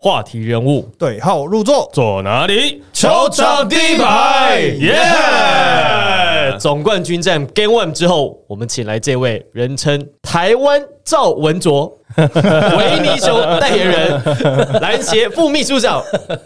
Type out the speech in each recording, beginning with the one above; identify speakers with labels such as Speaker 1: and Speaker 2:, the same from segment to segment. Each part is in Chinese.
Speaker 1: 话题人物
Speaker 2: 对号入座，
Speaker 1: 坐哪里？
Speaker 2: 球场第一排
Speaker 1: 耶、总冠军战 Game One 之后，我们请来这位人称台湾赵文卓、维尼熊代言人、篮协副秘书长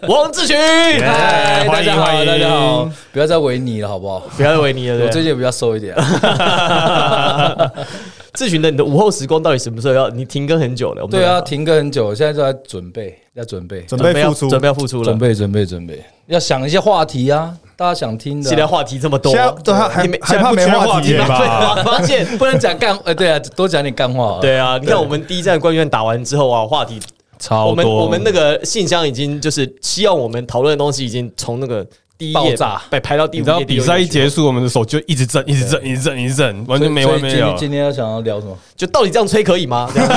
Speaker 1: 王志群。
Speaker 3: 嗨，大
Speaker 1: 哎欢迎
Speaker 3: 家好，
Speaker 1: 欢迎
Speaker 3: 大家好，不要再维尼了，好不好？
Speaker 1: 不要再维尼了，对
Speaker 3: 我
Speaker 1: 不对
Speaker 3: 最近也比较瘦一点啊，
Speaker 1: 志群的你的午后时光到底什么时候要？你停更很久了，我们
Speaker 3: 对啊，停更很久，现在都在准备，要准备，
Speaker 2: 准备
Speaker 1: 要
Speaker 2: 复出。
Speaker 1: 准备要复出了
Speaker 3: 准。备，准备，准备，要想一些话题啊，大家想听
Speaker 1: 现在
Speaker 3: 的啊，
Speaker 1: 话题这么多，啊
Speaker 2: 现在对还还
Speaker 1: 你们
Speaker 2: 还怕没
Speaker 1: 现在不缺
Speaker 2: 话题
Speaker 1: 吗
Speaker 2: 吧
Speaker 1: 对，发现
Speaker 3: 不能讲干， 呃，对啊，多讲点干话啊，
Speaker 1: 对啊，你看我们第一站冠军战打完之后啊，话题
Speaker 3: 超
Speaker 1: 我们我们那个信箱已经就是希望我们讨论的东西已经从那个第一页
Speaker 3: 爆炸
Speaker 1: 被排到第
Speaker 4: 你
Speaker 1: 五
Speaker 4: 知道
Speaker 1: 页。
Speaker 4: 比赛
Speaker 1: 第六
Speaker 4: 一
Speaker 1: 页去
Speaker 4: 结束，我们的手就一直震，一直震，一直震，一直震，
Speaker 3: 所
Speaker 4: 完
Speaker 3: 以
Speaker 4: 全没完没
Speaker 3: 所以
Speaker 4: 了
Speaker 3: 今。今天要想要聊什么？
Speaker 1: 就到底这样吹可以吗？这样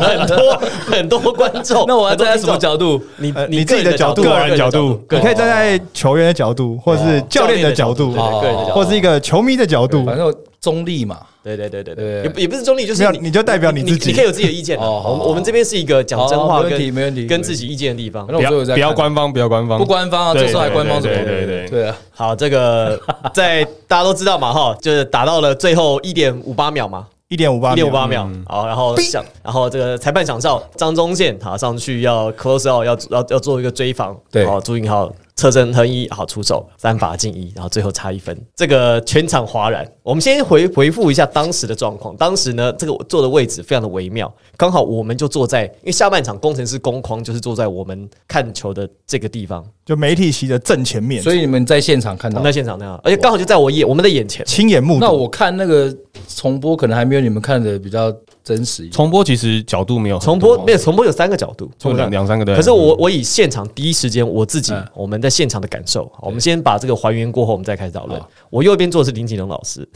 Speaker 1: 很多很多观众，
Speaker 3: 那我要站在
Speaker 1: 很
Speaker 3: 什
Speaker 1: 多
Speaker 3: 么
Speaker 1: 哦听众？
Speaker 3: 角度？
Speaker 1: 你
Speaker 2: 呃
Speaker 1: 你
Speaker 2: 你自己的角度
Speaker 1: 个
Speaker 4: 个人角度
Speaker 1: 个
Speaker 2: 你
Speaker 1: 人
Speaker 2: 可以站在球员的角度，或者是教练的角度，
Speaker 1: 对对个哦人的角
Speaker 2: 或
Speaker 1: 度，
Speaker 2: 是一个球迷的角度。
Speaker 3: 反正我中立嘛，
Speaker 1: 对对对对对，
Speaker 3: 对
Speaker 1: 也不也不是中立，就是
Speaker 2: 没有你就代表你自己
Speaker 1: 你可以有自己的意见啊。
Speaker 3: 哦好
Speaker 1: 我们我们这边是一个讲真
Speaker 3: 好
Speaker 1: 话
Speaker 3: 没问题
Speaker 1: 跟
Speaker 3: 没问题
Speaker 1: 跟自己意见的地方
Speaker 3: 反。正我
Speaker 4: 不要
Speaker 3: 最后在
Speaker 4: 不要
Speaker 3: 看
Speaker 4: 官方，不要官方，
Speaker 3: 不官方啊，
Speaker 4: 对
Speaker 3: 这时候还官方什么？
Speaker 4: 对对对对
Speaker 3: 对啊，
Speaker 1: 好，这个 在大家都知道嘛哈，就是打到了最后一点五八秒嘛，
Speaker 2: 一点五八
Speaker 1: 一点五八秒，好，然后想，然后这个裁判想哨张宗宪好上去要 close out，要要要做一个追防，
Speaker 3: 对
Speaker 1: 好，朱云浩侧身横移，好出手，三罚进一，然后最后差一分，这个全场哗然。我们先回回复一下当时的状况，当时呢，这个我坐的位置非常的微妙，刚好我们就坐在，因为下半场工程师攻框就是坐在我们看球的这个地方，
Speaker 2: 就媒体席的正前面，
Speaker 3: 所以你们在现场看
Speaker 1: 我
Speaker 3: 到
Speaker 1: 们在，现场那样，而且刚好就在我眼我们的眼前。
Speaker 2: 亲眼目睹。
Speaker 3: 那我看那个重播，可能还没有你们看的比较真实一点。
Speaker 4: 重播其实角度没有很
Speaker 1: 重
Speaker 4: 多
Speaker 1: 播没有重播有三个角度，
Speaker 4: 就两两三个对。
Speaker 1: 可是我我以现场第一时间我自己
Speaker 3: 嗯
Speaker 1: 我们在现场的感受，好我们先把这个还原过后，我们再开始讨论
Speaker 3: 好。
Speaker 1: 我右边坐的是林锦龙老师，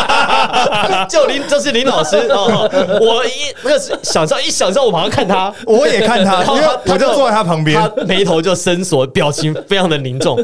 Speaker 1: 就林就是林老师哦。我一那个是想象一想象，我马上看他，
Speaker 2: 我也看 他，因为我就坐在他旁边
Speaker 1: 他。眉头就深锁，表情非常的凝 重，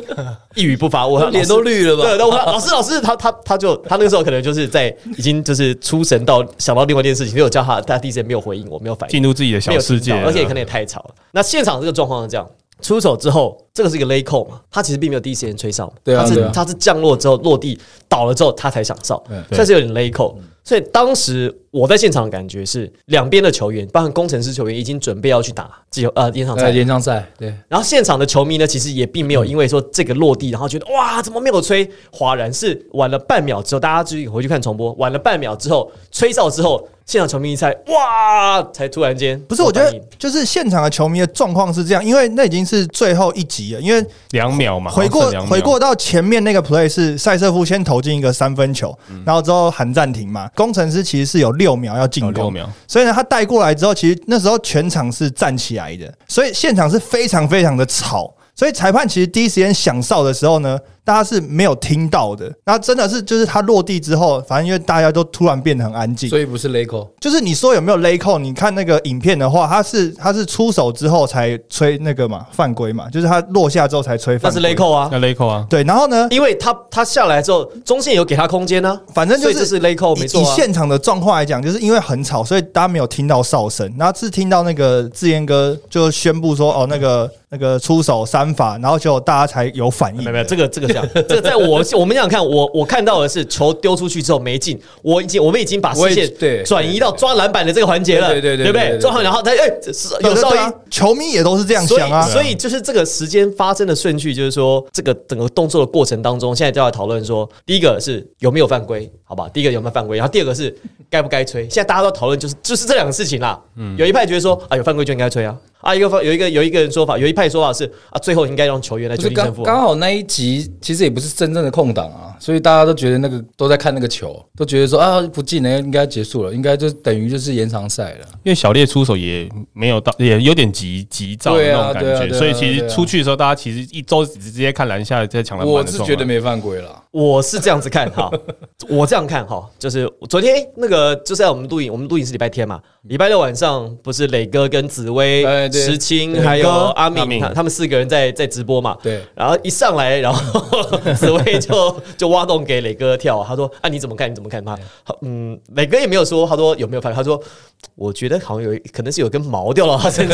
Speaker 1: 一语不发。我
Speaker 3: 脸都绿了吧
Speaker 1: 对，那我老师老师他他他就他那个时候可能就是在已经就是出神到想到另外一件事情，因为我叫他，他第一时间没有回应我，没有反应
Speaker 4: 进。入自己的
Speaker 1: 没
Speaker 4: 小
Speaker 1: 有
Speaker 4: 世界
Speaker 1: 听
Speaker 4: 了，
Speaker 1: 到而且可能也太吵了。那现场这个状况是这样。出手之后，这个是一个勒扣嘛，他其实并没有第一时间吹哨，
Speaker 3: 对啊
Speaker 1: 他是
Speaker 3: 对啊
Speaker 1: 他是降落之后落地倒了之后，他才想哨
Speaker 3: 嗯，
Speaker 1: 算是有点勒扣。所以当时我在现场的感觉是，两边的球员，包含工程师球员，已经准备要去打季后呃延长赛
Speaker 3: 在，延长赛，对，
Speaker 1: 然后现场的球迷呢，其实也并没有因为说这个落地，然后觉得哇怎么没有吹，哗然是晚了半秒之后，大家自己回去看重播，晚了半秒之后吹哨之后，现场球迷一猜哇，才突然间
Speaker 2: 不是，我觉
Speaker 1: 反
Speaker 2: 得
Speaker 1: 应
Speaker 2: 就是现场的球迷的状况是这样，因为那已经是最后一集了，因为
Speaker 4: 两秒嘛，
Speaker 2: 回
Speaker 4: 好
Speaker 2: 过
Speaker 4: 像剩两秒
Speaker 2: 回过到前面那个 play 是塞瑟夫先投进一个三分球，然后之后喊暂停嘛。工程师其实是有六秒要进
Speaker 4: 有六
Speaker 2: 攻，
Speaker 4: 秒，
Speaker 2: 所以呢，他带过来之后，其实那时候全场是站起来的，所以现场是非常非常的吵。所以裁判其实第一时间响哨的时候呢，大家是没有听到的。然后真的是就是他落地之后，反正因为大家都突然变得很安静，
Speaker 3: 所以不是 Lego，
Speaker 2: 就是你说有没有勒扣？你看那个影片的话，他是他是出手之后才吹那个嘛犯规嘛，就是他落下之后才吹
Speaker 1: 那
Speaker 2: 犯
Speaker 1: 是
Speaker 2: 规。
Speaker 1: 勒扣啊，
Speaker 4: 那 Leco 啊，
Speaker 2: 对，然后呢，
Speaker 1: 因为他他下来之后，中线有给他空间啊呢、
Speaker 2: 反正就
Speaker 1: 所以这是勒扣
Speaker 2: 以
Speaker 1: 没错
Speaker 2: 以
Speaker 1: 啊。
Speaker 2: 现场的状况来讲，就是因为很吵，所以大家没有听到哨声，然后是听到那个志燕哥就宣布说哦，那个那个出手三罚，然后结果大家才有反
Speaker 1: 没
Speaker 2: 应
Speaker 1: 有。没有，这个这个这样，这个在我我们想想看，我我看到的是球丢出去之后没进，我已经我们已经把视
Speaker 3: 我也
Speaker 1: 线
Speaker 3: 对
Speaker 1: 转移到抓篮板的这个环节了，
Speaker 3: 对对对
Speaker 1: 对不
Speaker 3: 对
Speaker 1: 对？
Speaker 3: 对对
Speaker 1: 抓好然后他哎这是有
Speaker 2: 对
Speaker 1: 稍微
Speaker 2: 对啊球迷也都是这样
Speaker 1: 所以
Speaker 2: 想啊。
Speaker 1: 所以就是这个时间发生的顺序，就是说这个整个动作的过程当中，现在就要讨论说，第一个是有没有犯规，好吧？第一个有没有犯规，然后第二个是该不该吹。现在大家都讨论就是就是这两个事情啦。有一
Speaker 2: 嗯
Speaker 1: 派觉得说啊有犯规就应该吹啊，啊一个有一个有一个人说法，有一派说法是啊最后应该让球员来
Speaker 3: 不
Speaker 1: 决
Speaker 3: 是
Speaker 1: 定胜
Speaker 3: 刚
Speaker 1: 负啊。
Speaker 3: 刚好那一集其实也不是真正的空档啊，所以大家都觉得那个都在看那个球，都觉得说啊不进了，应该结束了，应该就等于就是延长赛了。
Speaker 4: 因为小烈出手也没有到，也有点急急躁的
Speaker 3: 对
Speaker 4: 那
Speaker 3: 啊
Speaker 4: 种感
Speaker 3: 对啊
Speaker 4: 觉，
Speaker 3: 对啊
Speaker 4: 所以其
Speaker 3: 对
Speaker 4: 实
Speaker 3: 啊
Speaker 4: 出去的时候，大家其实一周只直接看篮下在抢篮板
Speaker 3: 我
Speaker 4: 的
Speaker 3: 是
Speaker 4: 状
Speaker 3: 觉得
Speaker 4: 况
Speaker 3: 没犯规 啦，
Speaker 1: 我是这样子看哈， 我这样看哈，就是昨天、诶那个就是在我们录影，我们录影是礼拜天嘛，礼拜六晚上不是磊哥跟紫薇
Speaker 3: 哎、对
Speaker 1: 石青
Speaker 3: 磊
Speaker 1: 还有
Speaker 2: 哥
Speaker 1: 阿
Speaker 4: 阿
Speaker 1: 敏，
Speaker 4: 敏
Speaker 1: 他他们四个人在在直播嘛，
Speaker 3: 对
Speaker 1: 然后一上来，然后紫薇就就挖洞给磊哥跳、啊，他说啊你怎么看你怎么看他，他嗯，磊哥也没有说，他说有没有犯规，他说我觉得好像有可能是有根毛掉到他身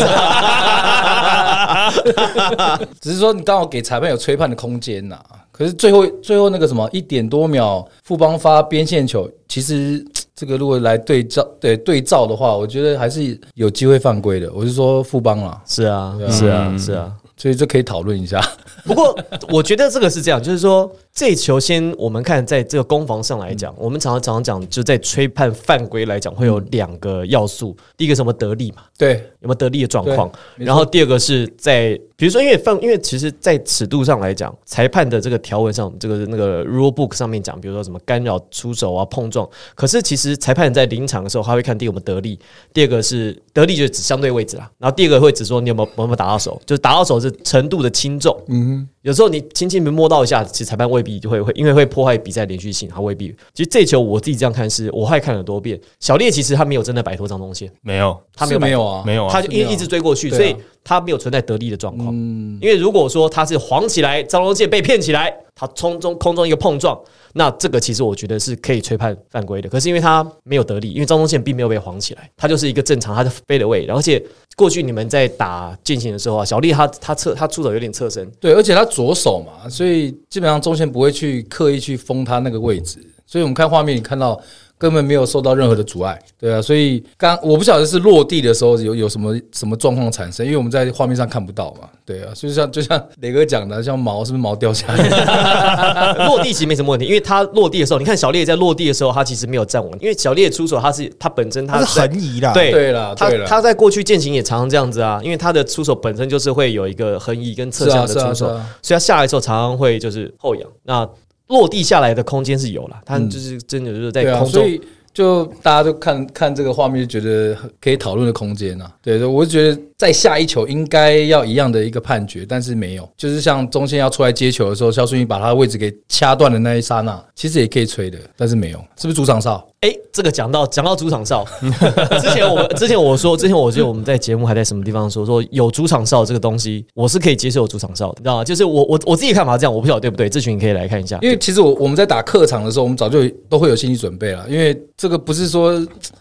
Speaker 1: 上，
Speaker 3: 只是说你刚好给裁判有吹判的空间呐、可是最后最后那个什么一点多秒，富邦发边线球，其实这个如果来对照对对照的话，我觉得还是有机会犯规的。我是说富邦啦，
Speaker 1: 是啊是啊是啊，
Speaker 3: 所以这可以讨论一下。
Speaker 1: 不过，我觉得这个是这样，就是说，这球先我们看，在这个攻防上来讲，我们常常常讲，就在吹判犯规来讲，会有两个要素，第一个是什么得力嘛，
Speaker 3: 对，
Speaker 1: 有没有得力的状况
Speaker 3: 对？没错
Speaker 1: 然后第二个是在，比如说，因为犯，因为其实，在尺度上来讲，裁判的这个条文上，这个那个 rule book 上面讲，比如说什么干扰、出手啊、碰撞，可是其实裁判在临场的时候，他会看第一个我们得力，第二个是得力就是指相对位置啦，然后第二个会指说你有没有有没有打到手，就是打到手是程度的轻重。
Speaker 3: 嗯
Speaker 1: 有时候你轻轻地摸到一下，其实裁判未必就会会，因为会破坏比赛连续性，他未必。其实这球我自己这样看是，我还看了多遍。小烈其实他没有真的摆脱张东宪，
Speaker 4: 没有
Speaker 1: 他没
Speaker 3: 是
Speaker 1: 有摆
Speaker 3: 没有啊，
Speaker 4: 没有啊
Speaker 1: 他，就一一直追过去，
Speaker 3: 对啊
Speaker 1: 所以他没有存在得力的状况。因为如果说他是晃起来，张东健被骗起来，他空中空中一个碰撞，那这个其实我觉得是可以吹判犯规的。可是因为他没有得力，因为张东健并没有被晃起来，他就是一个正常，他就飞了位。而且过去你们在打进行的时候啊，小丽他他侧他出手有点侧身，
Speaker 3: 对，而且他左手嘛，所以基本上中线不会去刻意去封他那个位置，所以我们看画面，你看到根本没有受到任何的阻碍，对啊，所以刚我不晓得是落地的时候有有什么什么状况产生，因为我们在画面上看不到嘛，对啊，所以像就像磊哥讲的，像毛是不是毛掉下来？
Speaker 1: 落地其实没什么问题，因为他落地的时候，你看小烈在落地的时候，他其实没有站稳，因为小烈出手他是他本身他
Speaker 2: 他是
Speaker 1: 在
Speaker 2: 横移啦，
Speaker 1: 啊对
Speaker 3: 对啦
Speaker 1: 他
Speaker 3: 啊对啦
Speaker 1: 他在过去践行也常常这样子啊，因为他的出手本身就是会有一个横移跟侧向的
Speaker 3: 是啊是啊
Speaker 1: 出手，
Speaker 3: 是啊
Speaker 1: 所以他下来的时候常常会就是后仰，那落地下来的空间是有了，他就是真的就是在
Speaker 3: 对啊，
Speaker 1: 空
Speaker 3: 所
Speaker 1: 中。
Speaker 3: 以就大家就看看这个画面，就觉得可以讨论的空间啊。对，我就觉得在下一球应该要一样的一个判决，但是没有，就是像中线要出来接球的时候，肖顺义把他的位置给掐断的那一刹那，其实也可以吹的，但是没有，是不是主场哨？
Speaker 1: 哎、这个讲到讲到主场哨，之前我 之前我说，之前我记得我们在节目还在什么地方说说有主场哨这个东西，我是可以接受有主场哨的，你知道吗？就是我我我自己看法是这样，我不晓得对不对，这群你可以来看一下。
Speaker 3: 因为其实我我们在打客场的时候，我们早就都会有心理准备了，因为这个不是说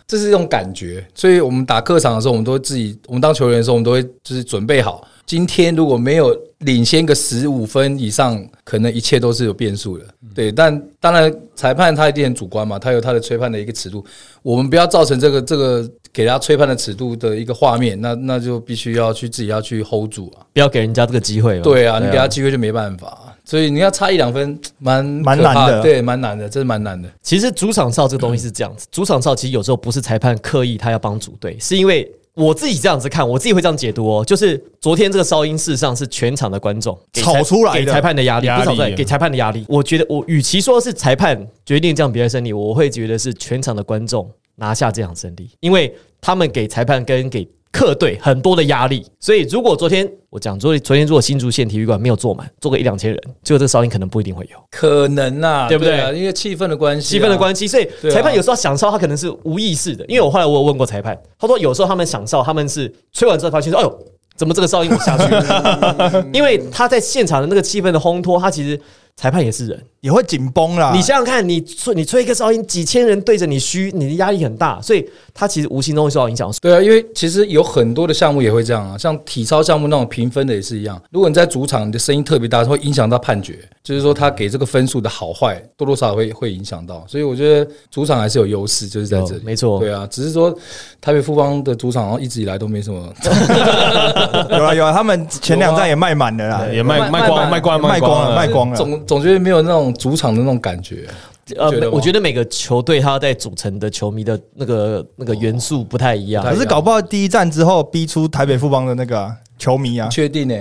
Speaker 3: 这是一种感觉，所以我们打客场的时候，我们都会自己，我们当球员的时候，我们都会就是准备好，今天如果没有领先个十五分以上，可能一切都是有变数的。对，但当然裁判他一定很主观嘛，他有他的吹判的一个尺度，我们不要造成这个这个给他吹判的尺度的一个画面，那那就必须要去自己要去 hold 住啊。
Speaker 1: 不要给人家这个机会嘛。
Speaker 3: 对啊，你给他机会就没办法，所以你要差一两分，蛮
Speaker 2: 蛮
Speaker 3: 可怕
Speaker 2: 难的
Speaker 3: 对，蛮难的，真的蛮难的。
Speaker 1: 其实主场哨这东
Speaker 2: 嗯
Speaker 1: 西是这样子，主场哨其实有时候不是裁判刻意他要帮主队，是因为我自己这样子看，我自己会这样解读哦。就是昨天这个哨音事实上是全场的观众给裁
Speaker 2: 吵出来的嗯
Speaker 1: 给裁判的压力，
Speaker 4: 压力
Speaker 1: 不是吵出来
Speaker 4: 啊
Speaker 1: 给裁判的压力。我觉得我与其说是裁判决定这样比赛胜利，我会觉得是全场的观众拿下这场胜利，因为他们给裁判跟给。客队很多的压力，所以如果昨天我讲，昨天昨天如果新竹县体育馆没有坐满，坐个一两千人，最后这个哨音可能不一定会有。
Speaker 3: 可能啊，
Speaker 1: 对不对
Speaker 3: 啊因为气氛的关系啊，
Speaker 1: 气氛的关系，所以
Speaker 3: 对啊
Speaker 1: 裁判有时候想哨，他可能是无意识的。因为我后来我有问过裁判，他说有时候他们想哨，他们是吹完之后发现说，哎呦，怎么这个哨音我下去了？ 因为他在现场的那个气氛的烘托，他其实裁判也是人。
Speaker 2: 也会紧绷
Speaker 3: 啊
Speaker 2: 啦。
Speaker 1: 你想想看，你吹你吹一个哨音，几千人对着你嘘，你的压力很大，所以他其实无形中会受到影响。
Speaker 3: 对啊，因为其实有很多的项目也会这样啊，像体操项目那种评分的也是一样。如果你在主场，你的声音特别大，会影响到判决，就是说他给这个分数的好坏，多多少少会会影响到。所以我觉得主场还是有优势，就是在这
Speaker 1: 有
Speaker 3: 里。
Speaker 1: 没错
Speaker 3: 对啊，只是说台北富邦的主场好像一直以来都没什么，
Speaker 2: 有啊啦有啦，他们前两站也卖满了啦，
Speaker 4: 也哎卖
Speaker 3: 卖
Speaker 4: 卖光
Speaker 3: 卖
Speaker 4: 卖光
Speaker 2: 卖光了卖
Speaker 1: 啊
Speaker 2: 光了。
Speaker 3: 总总觉得没有那种主场的那种感觉。啊
Speaker 1: 呃
Speaker 3: 你觉得，吗
Speaker 1: 我觉得每个球队他在组成的球迷的那个那个元素不太一样
Speaker 3: 不太。
Speaker 2: 可是搞不好第一站之后逼出台北富邦的那个啊球 迷啊，
Speaker 3: 确定呢、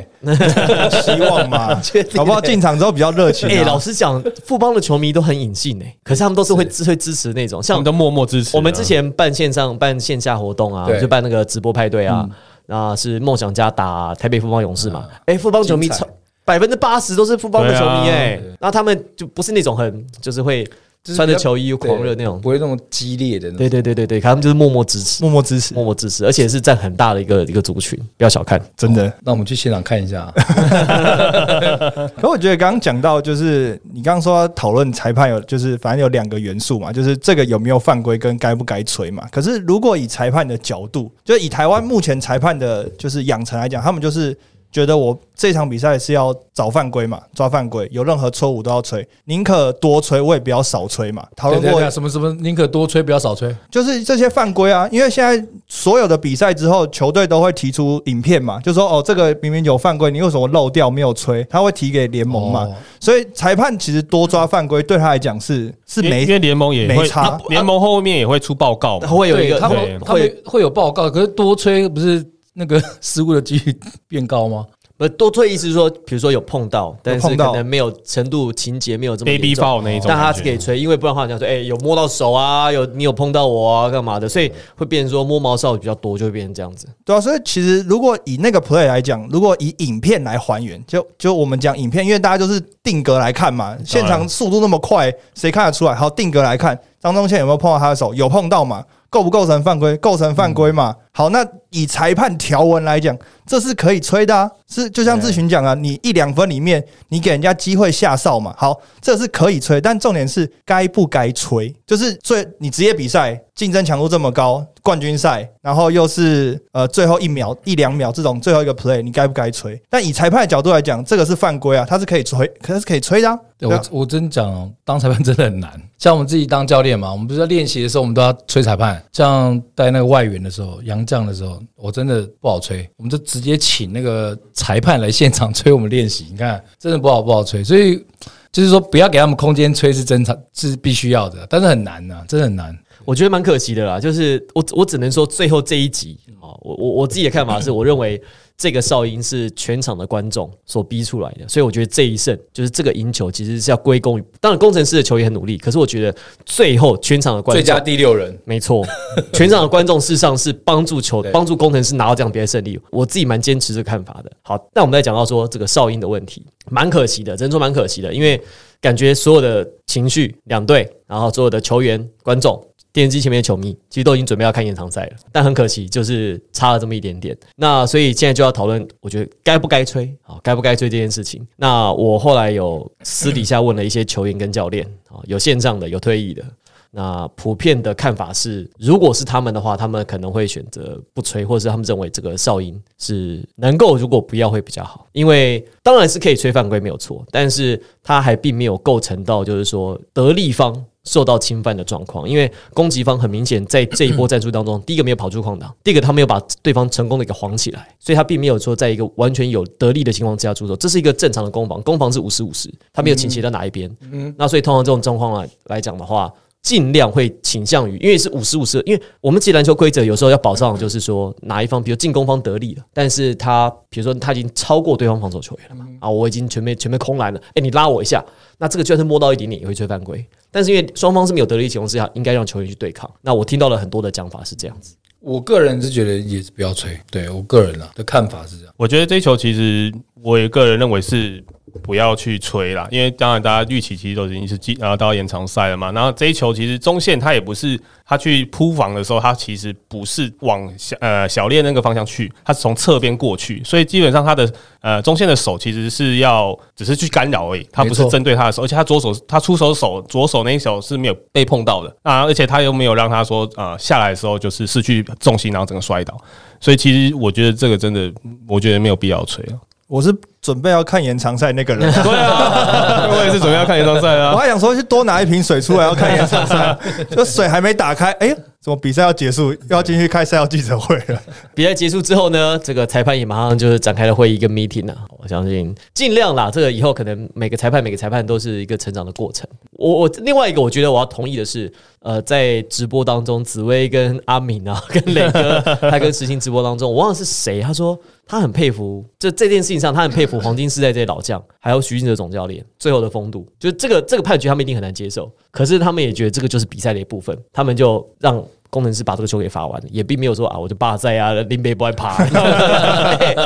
Speaker 2: 希望嘛
Speaker 1: 确定，欸
Speaker 2: 搞不好进场之后比较热情
Speaker 1: 哎、老
Speaker 2: 啊。
Speaker 1: 实讲，富邦的球迷都很隐性哎、可是他们都是会支会支持那种，
Speaker 4: 他
Speaker 1: 像
Speaker 4: 们都默默支持啊。
Speaker 1: 我们之前办线上、办线下活动啊
Speaker 3: 对，
Speaker 1: 就办那个直播派对啊，那是梦想家打台北富邦勇士嘛。哎，富邦球迷
Speaker 3: 精彩
Speaker 1: 超百分之八十都是富邦的球迷
Speaker 4: 对啊
Speaker 1: 哎，那他们就不是那种很就是会
Speaker 3: 就是
Speaker 1: 穿着
Speaker 3: 比较
Speaker 1: 球衣狂热那种。
Speaker 3: 不会那么激烈的那种。
Speaker 1: 对对对对对，他们就是默默支持，
Speaker 2: 默默支持，
Speaker 1: 默默支持，而且是占很大的一个一个族群，不要小看。
Speaker 2: 真的。
Speaker 3: 那我们去现场看 一下啊，
Speaker 2: 可我觉得刚刚讲到，就是你刚刚说要讨论裁判有，就是反正有两个元素嘛，就是这个有没有犯规跟该不该吹嘛。可是如果以裁判的角度，就是以台湾目前裁判的就是养成来讲，他们就是觉得我这场比赛是要找犯规嘛，抓犯规，有任何错误都要吹，宁可多吹，我也不要少吹嘛。讨论
Speaker 3: 对对
Speaker 2: 过
Speaker 3: 对什么什么，宁可多吹不要少吹。
Speaker 2: 就是这些犯规啊，因为现在所有的比赛之后，球队都会提出影片嘛，就说哦，这个明明有犯规，你为什么漏掉没有吹？他会提给联盟嘛，
Speaker 3: 哦
Speaker 2: 所以裁判其实多抓犯规对他来讲是是
Speaker 4: 因为
Speaker 2: 没
Speaker 4: 因为联盟也
Speaker 2: 没
Speaker 4: 会
Speaker 2: 差
Speaker 4: 他联盟后面也会出报告嘛，
Speaker 1: 会有一
Speaker 3: 对，
Speaker 1: 个
Speaker 3: 他
Speaker 4: 对
Speaker 3: 们他
Speaker 1: 会
Speaker 3: 们会有报告，可是多吹不是那个 失误的几率变高吗？
Speaker 1: 不多退，意思是说，比如说有碰到，但是
Speaker 2: 碰到
Speaker 1: 可能没有程度情节没有这么
Speaker 4: baby
Speaker 1: 严重。
Speaker 4: 爆那一种感觉，
Speaker 1: 但他是可以吹，因为不然的话，人家说，哎、有摸到手啊，有你有碰到我啊，干嘛的，所以会变成说摸毛少比较多，就会变成这样子。
Speaker 2: 对啊，所以其实如果以那个 play 来讲，如果以影片来还原，就就我们讲影片，因为大家就是定格来看嘛，现场速度那么快，谁看得出来？好，定格来看，张宗宪有没有碰到他的手？有碰到嘛？构不构成犯规？构成犯规
Speaker 4: 嗯
Speaker 2: 嘛？好，那以裁判条文来讲，这是可以吹的啊，是就像志群讲啊，你一两分里面，你给人家机会下哨嘛，好，这是可以吹，但重点是该不该吹，就是最你职业比赛竞争强度这么高，冠军赛，然后又是呃最后一秒一两秒这种最后一个 play，你该不该吹？但以裁判的角度来讲，这个是犯规啊，他是可以吹，可是可以吹的、啊，
Speaker 3: 对
Speaker 2: 对
Speaker 3: 我
Speaker 2: 啊
Speaker 3: 我真讲哦，当裁判真的很难。像我们自己当教练嘛，我们不是在练习的时候，我们都要吹裁判。像带那个外援的时候，洋将的时候，我真的不好吹，我们就直接请那个裁判来现场吹我们练习。你看，真的不好不好吹，所以就是说不要给他们空间吹是正常是必须要的，但是很难呐、啊真的很难。
Speaker 1: 我觉得蛮可惜的啦，就是我我只能说最后这一集啊，我我我自己的看 法是，我认为这个哨音是全场的观众所逼出来的，所以我觉得这一胜就是这个赢球其实是要归功于，当然工程师的球也很努力，可是我觉得最后全场的观众。
Speaker 3: 第六人，
Speaker 1: 没错，全场的观众事实上是帮助球
Speaker 3: 对、
Speaker 1: 帮助工程师拿到这样比赛胜利。我自己蛮坚持这个看法的。好，那我们再讲到说这个哨音的问题，蛮可惜的，只能说蛮可惜的，因为感觉所有的情绪，两队，然后所有的球员、观众。电视机前面的球迷其实都已经准备要看延长赛了，但很可惜，就是差了这么一点点。那所以现在就要讨论，我觉得该不该吹啊，该不该吹这件事情。那我后来有私底下问了一些球员跟教练啊，有线上的，有退役的，那普遍的看法是，如果是他们的话，他们可能会选择不吹，或者是他们认为这个哨音是能够如果不要会比较好。因为当然是可以吹犯规没有错，但是它还并没有构成到就是说得利方受到侵犯的状况。因为攻击方很明显在这一波战术当中，第一个没有跑出空档，第一个他没有把对方成功的给晃起来，所以他并没有说在一个完全有得利的情况之下出手，这是一个正常的攻防，攻防是五十五十，他没有倾斜到哪一边。那所以通常这种状况来来讲的话，尽量会倾向于，因为是五十五十，因为我们其实篮球规则有时候要保障，就是说哪一方，比如进攻方得利了，但是他比如说他已经超过对方防守球员了嘛，啊，我已经全面全面空篮了，哎、你拉我一下，那这个就算是摸到一点点也会吹犯规，但是因为双方是没有得利的情况之下，应该让球员去对抗。那我听到了很多的讲法是这样子，
Speaker 3: 我个人是觉得也是不要吹。对我个人啊的看法是这样。
Speaker 4: 我觉得这一球其实我也个人认为是不要去吹啦，因为当然大家预期其实都已经是进呃到延长赛了嘛。然后这一球其实中线他也不是他去扑防的时候，他其实不是往小呃小烈那个方向去，他是从侧边过去，所以基本上他的呃中线的手其实是要只是去干扰而已，他不是
Speaker 3: 没错
Speaker 4: 针对他的手，而且他左手他出手手左手那一手是没有被碰到的啊，而且他又没有让他说呃下来的时候就是失去重心，然后整个摔倒。所以其实我觉得这个真的，我觉得没有必要吹啊了。
Speaker 2: 我是准备要看延长赛那个 人。
Speaker 4: 对啊， 我也是准备要看延长赛
Speaker 2: 我
Speaker 4: 啊。
Speaker 2: 还想说去多拿一瓶水出来要看延长赛，就水还没打开，哎、呀，怎么比赛要结束，又要进去开赛后记者会了？
Speaker 1: 比赛结束之后呢，这个裁判也马上就是展开了会议跟 meeting 啊。我相信尽量啦，这个以后可能每个裁判每个裁判都是一个成长的过程。我我另外一个我觉得我要同意的是，呃，在直播当中，紫薇跟阿敏啊，跟磊哥，他跟石鑫直播当中，我忘了是谁，他说他很佩服，就这件事情上他很佩服府黄金时代这些老 将，还有徐静哲总教练最后的风度，就是这个这个判决他们一定很难接受，可是他们也觉得这个就是比赛的一部分，他们就让。工程师把这个球给罚完了，也并没有说啊，我就霸在啊，林北不爱 爬，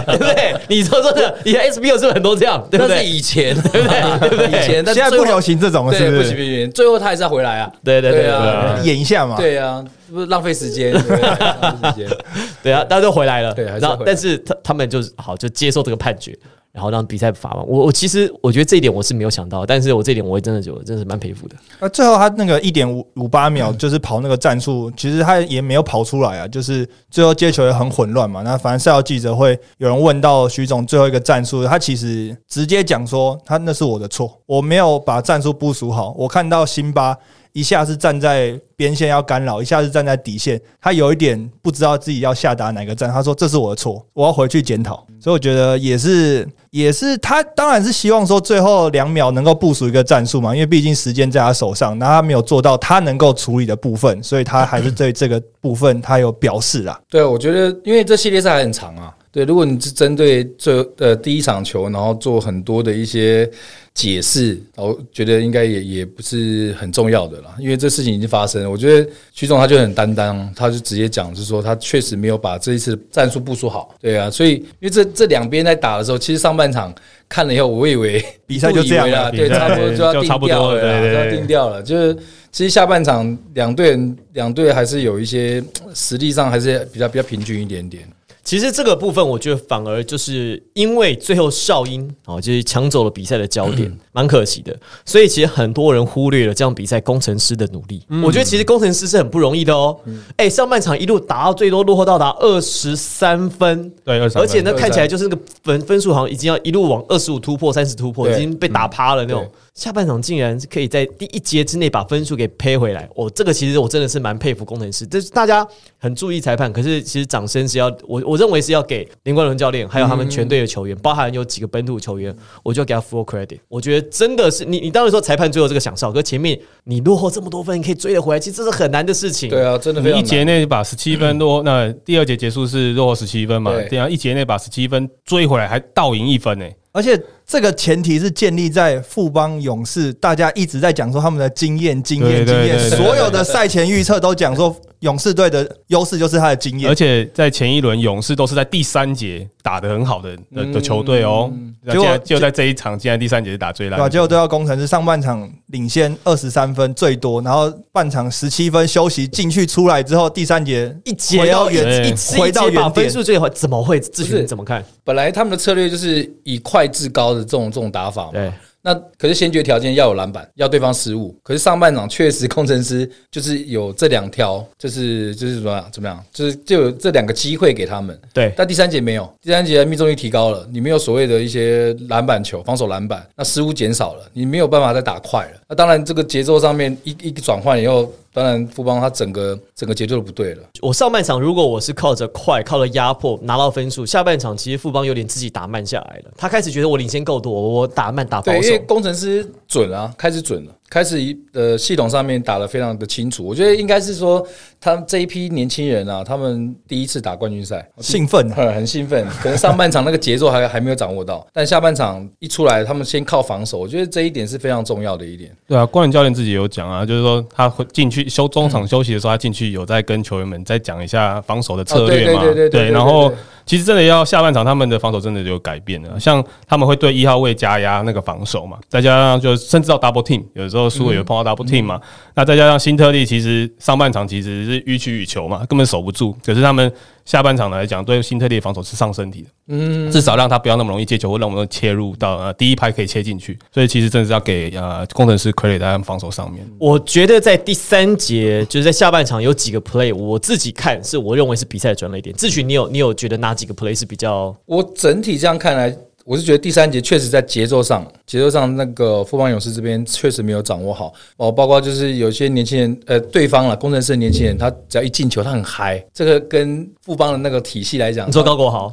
Speaker 1: 对不对？你说真的，你的 SBO 是不是很多这样，对不
Speaker 3: 那是
Speaker 1: 对？
Speaker 3: 以前， 对不对？以前，但
Speaker 2: 现在
Speaker 3: 最
Speaker 2: 不
Speaker 3: 后
Speaker 2: 流行这种了，
Speaker 3: 对，
Speaker 2: 是
Speaker 3: 不
Speaker 2: 不
Speaker 3: 行
Speaker 2: 是？
Speaker 3: 不行，最后他还是要回来啊。
Speaker 1: 对对对
Speaker 3: 对啊
Speaker 4: 对啊
Speaker 2: 演一下嘛，
Speaker 3: 对啊，不是浪费时间，对浪费时间。
Speaker 1: 对啊，大家都回来了。
Speaker 3: 对还是
Speaker 1: 然后
Speaker 3: 回来
Speaker 1: 但是他他们就是好就接受这个判决，然后让比赛罚完。我我其实我觉得这一点我是没有想到，但是我这一点我真的就真的是蛮佩服的。
Speaker 2: 那啊最后他那个一点五五八秒
Speaker 3: 嗯
Speaker 2: 就是跑那个战术，其实他也没有跑出来啊，就是最后接球也很混乱嘛。那反正赛后记者会有人问到徐总最后一个战术，他其实直接讲说他那是我的错，我没有把战术部署好。我看到辛巴一下是站在边线要干扰，一下是站在底线，他有一点不知道自己要下达哪个战，他说这是我的错，我要回去检讨。所以我觉得也是也是他当然是希望说最后两秒能够部署一个战术嘛，因为毕竟时间在他手上，那他没有做到他能够处理的部分，所以他还是对这个部分他有表示啦。
Speaker 3: 对，啊我觉得因为这系列赛还很长啊。对，如果你是针对这呃第一场球，然后做很多的一些解释，我觉得应该也也不是很重要的啦，因为这事情已经发生了。我觉得徐总他就很担当，他就直接讲，就是说他确实没有把这一次战术部署好。对啊，所以因为这这两边在打的时候，其实上半场看了以后，我以为
Speaker 2: 比赛就这样
Speaker 3: 了，
Speaker 2: 了
Speaker 3: 对，
Speaker 4: 比赛
Speaker 3: 差不多就要
Speaker 4: 就差不
Speaker 3: 定
Speaker 4: 多
Speaker 3: 掉了
Speaker 4: 了
Speaker 3: 啦，
Speaker 4: 对对
Speaker 3: 就要
Speaker 4: 对
Speaker 3: 定掉了，就是。其实下半场两队人两队还是有一些实力上还是比较比较平均一点点。
Speaker 1: 其实这个部分，我觉得反而就是因为最后哨音哦，就是抢走了比赛的焦点，蛮可惜的。所以其实很多人忽略了这样比赛工程师的努力。我觉得其实工程师是很不容易的哦。哎，上半场一路打到最多落后到达二十三分，
Speaker 4: 对23分
Speaker 1: 而且呢
Speaker 3: 23
Speaker 1: 看起来就是那个分分数好像已经要一路往二十五突破、三十突破，已
Speaker 3: 对
Speaker 1: 经被打趴了那种
Speaker 3: 嗯对。
Speaker 1: 下半场竟然是可以在第一节之内把分数给呸回来，我、这个其实我真的是蛮佩服工程师，就是大家很注意裁判，可是其实掌声是要我我认为是要给林冠伦教练，还有他们全队的球员，包含有几个本土球员，我就要给他 full credit。我觉得真的是你你当然说裁判最后这个享受，可是前面你落后这么多分，你可以追得回来，其实这是很难的事情。
Speaker 3: 对啊，真的非
Speaker 4: 你
Speaker 3: 常
Speaker 4: 一
Speaker 3: 难
Speaker 4: 节内把十七分落，那第二节结束是落后十七分嘛？
Speaker 3: 对
Speaker 4: 对啊，一节内把十七分追回来，还倒赢一分欸呢、
Speaker 2: 而且这个前提是建立在富邦勇士，大家一直在讲说他们的经验、经验、经
Speaker 4: 对对
Speaker 2: 验，
Speaker 4: 对对
Speaker 2: 所有的赛前预测都讲说勇士队的优势就是他的经验
Speaker 4: 而。且在前一轮，勇士都是在第三节打得很好的的的球队哦，那
Speaker 2: 结果
Speaker 4: 竟然就在这一场，竟然第三节是打最
Speaker 2: 对啊吧、
Speaker 4: 烂
Speaker 2: 结。果对到工程师上半场领先二十三分最多，然后半场十七分休息进去出来之后，第三节
Speaker 1: 一节
Speaker 2: 回
Speaker 1: 要
Speaker 2: 到
Speaker 1: 原
Speaker 4: 原
Speaker 1: 一
Speaker 2: 回
Speaker 1: 节
Speaker 2: 到原
Speaker 1: 把
Speaker 2: 点
Speaker 1: 分数最后怎么会自
Speaker 3: 不
Speaker 1: 己
Speaker 3: 是
Speaker 1: 怎么看？
Speaker 3: 本来他们的策略就是以快制高的这种这种打法嘛。
Speaker 1: 对。
Speaker 3: 那可是先决条件要有篮板，要对方失误。可是上半场确实工程师就是有这两条，就是就是怎么样怎么样，就是就有这两个机会给他们。
Speaker 1: 对
Speaker 3: 但第三节没有，第三节命中率提高了，你没有所谓的一些篮板球、防守篮板，那失误减少了，你没有办法再打快了。那当然，这个节奏上面一一转换以后，当然富邦他整个整个节奏都不对了。
Speaker 1: 我上半场如果我是靠着快、靠着压迫拿到分数，下半场其实富邦有点自己打慢下来了。他开始觉得我领先够多，我打慢打保
Speaker 3: 对，因
Speaker 1: 守
Speaker 3: 为。工程师准啊，开始准了，开始一呃系统上面打得非常的清楚。我觉得应该是说，他们这一批年轻人啊，他们第一次打冠 军赛，
Speaker 2: 兴奋啊，
Speaker 3: 很很兴奋，可能上半场那个节奏还还没有掌握到，但下半场一出来，他们先靠防守，我觉得这一点是非常重要的一点。
Speaker 4: 对啊，冠伦教练自己也有讲啊，就是说他会进去休中场休息的时候，他进去有在跟球员们再讲一下防守的策略嘛
Speaker 3: 哦对对对对对，对
Speaker 4: 然后
Speaker 3: 对对
Speaker 4: 其实真的要下半场，他们的防守真的有改变了，像他们会对一号位加压那个防守嘛，再加上就甚至到 double team，有时候苏伟有碰到 double team 嘛，那再加上新特利，其实上半场其实是予取予求嘛，根本守不住，可是他们下半场来讲，对新特利的防守是上身体的，嗯，至少让他不要那么容易接球，或让我们切入到呃第一拍可以切进去，所以其实真的是要给呃工程师傀儡在他们防守上面。
Speaker 1: 我觉得在第三节，就是在下半场有几个 play，我自己看是我认为是比赛的转捩点。志群，你有你有觉得哪几个 play 是比较
Speaker 3: 我整体这样看来，我是觉得第三节确实在节奏上，节奏上那个富邦勇士这边确实没有掌握好哦，包括就是有些年轻人，呃，对方了，工程师的年轻人，他只要一进球，他很嗨，这个跟富邦的那个体系来讲，
Speaker 1: 你说高国豪？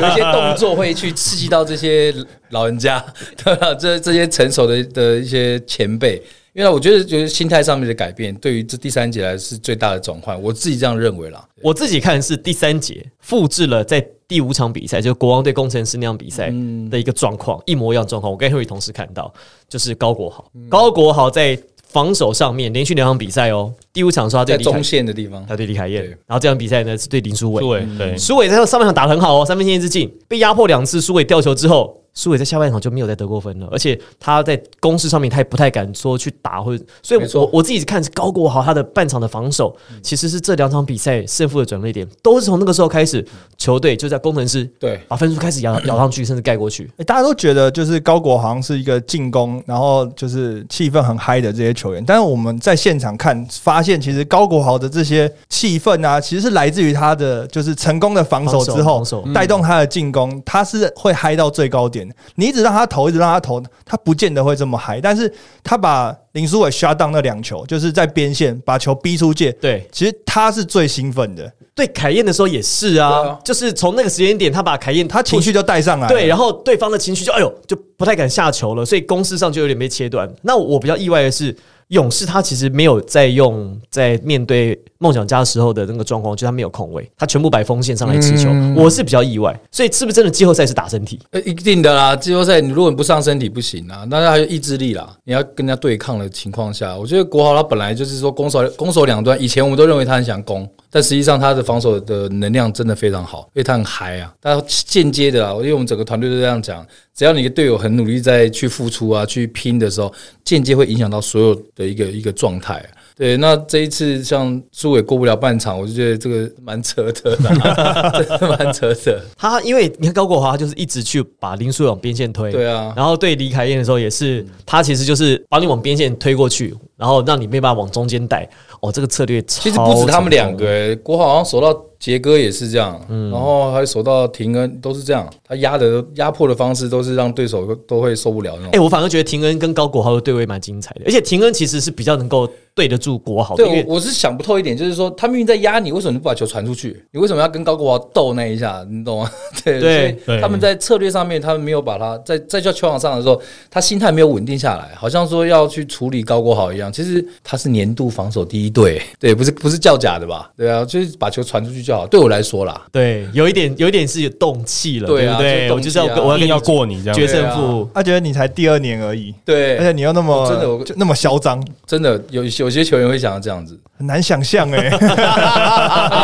Speaker 3: 有一些动作会去刺 啊激到这些老人家，对吧？这这些成熟的的一些前辈。因为我觉得就是心态上面的改变，对于这第三节来是最大的转换，我自己这样认为啦。
Speaker 1: 我自己看是第三节复制了在第五场比赛，就是国王对工程师那场比赛的一个状况，一模一样的状况。我跟 Henry 同时看到，就是高国豪，高国豪在防守上面连续两场比赛哦，第五场说他对
Speaker 3: 在
Speaker 1: 李凯
Speaker 3: 中，线的地方，
Speaker 1: 他对李凯燕
Speaker 3: 对，
Speaker 1: 然后这场比赛呢是对林书伟
Speaker 4: 对，对，
Speaker 1: 苏伟在上半场打得很好哦，三分线一直进，被压迫两次，苏伟掉球之后。苏伟在下半场就没有再得过分了，而且他在攻势上面他也不太敢说去打，或者所以
Speaker 3: 没
Speaker 1: 我
Speaker 3: 错
Speaker 1: 我自己看是高国豪他的半场的防守，
Speaker 2: 嗯
Speaker 1: 其实是这两场比赛胜负的转捩点，都是从那个时候开始，球队就在工程师
Speaker 3: 对
Speaker 1: 把分数开始 咬咬上去，甚至盖过去。
Speaker 2: 欸大家都觉得就是高国好像是一个进攻，然后就是气氛很嗨的这些球员，但是我们在现场看发现，其实高国豪的这些气氛啊，其实是来自于他的就是成功的防守之后
Speaker 1: 防守，
Speaker 2: 带动他的进攻，他是会嗨到最高点的。你一直让他投，一直让他投，他不见得会这么嗨，但是他把林书伟 shut down 那两球，就是在边线把球逼出界，
Speaker 1: 对
Speaker 2: 其实他是最兴奋的，
Speaker 1: 对，凯燕的时候也是
Speaker 3: 对
Speaker 1: 啊
Speaker 3: 啊，
Speaker 1: 就是从那个时间点，他把凯燕
Speaker 2: 他情绪就带上
Speaker 3: 哎
Speaker 2: 来了。
Speaker 1: 对，然后对方的情绪就哎呦，就不太敢下球了，所以攻势上就有点被切断。那我比较意外的是，勇士他其实没有在用在面对梦想家的时候的那个状况，就他没有空位，他全部摆锋线上来持球，
Speaker 3: 嗯
Speaker 1: 我是比较意外。所以是不是真的季后赛是打身体？
Speaker 3: 呃，一定的啦，季后赛你如果你不上身体不行啊，那还有意志力啦，你要跟人家对抗的情况下，我觉得国豪他本来就是说攻守攻守两端，以前我们都认为他很想攻，但实际上他的防守的能量真的非常好，因为他很嗨啊，他间接的啊，因为我们整个团队都这样讲，只要你的队友很努力在去付出啊、去拼的时候，间接会影响到所有的一个一个状态啊、对，那这一次像苏伟过不了半场，我就觉得这个蛮扯的啦， 真的蛮扯的。
Speaker 1: 他因为你看高国华，他就是一直去把林书勇边线推，
Speaker 3: 对啊
Speaker 1: 然后对李凯燕的时候也是，他其实就是把你往边线推过去，然后让你没办法往中间带。哦，这个策略
Speaker 3: 其
Speaker 1: 其
Speaker 3: 实不止他们两个、欸，国豪好像守到杰哥也是这样，然后还守到廷恩都是这样，他压的压迫的方式都是让对手都都会受不了 那
Speaker 1: 哎、
Speaker 3: 种。
Speaker 1: 我反而觉得廷恩跟高国豪的对位蛮精彩的，而且廷恩其实是比较能够对得住国豪的，因
Speaker 3: 对，
Speaker 1: 为
Speaker 3: 我我是想不透一点，就是说他明明在压你，为什么你不把球传出去？你为什么要跟高国豪斗那一下？你懂吗？ 对，
Speaker 1: 对
Speaker 3: 所以
Speaker 4: 对
Speaker 3: 他们在策略上面，他们没有把他在在叫球场上的时候，他心态没有稳定下来，好像说要去处理高国豪一样。其实他是年度防守第一队，对，不是不是叫假的吧？对啊，就是把球传出去就好。对我来说啦，
Speaker 1: 对，有一点有一点是有动气了，
Speaker 3: 对啊
Speaker 1: 不对？
Speaker 3: 就是动气啊
Speaker 1: 我就是要我要跟
Speaker 4: 硬
Speaker 1: 你
Speaker 4: 要过你这样
Speaker 1: 决
Speaker 4: 子，
Speaker 1: 胜负，
Speaker 2: 他觉得你才第二年而已，
Speaker 3: 对，
Speaker 2: 而且你又那么
Speaker 3: 我真的我
Speaker 2: 就那么嚣张，
Speaker 3: 真的有有些球员会想要这样子，
Speaker 2: 很难想象哎、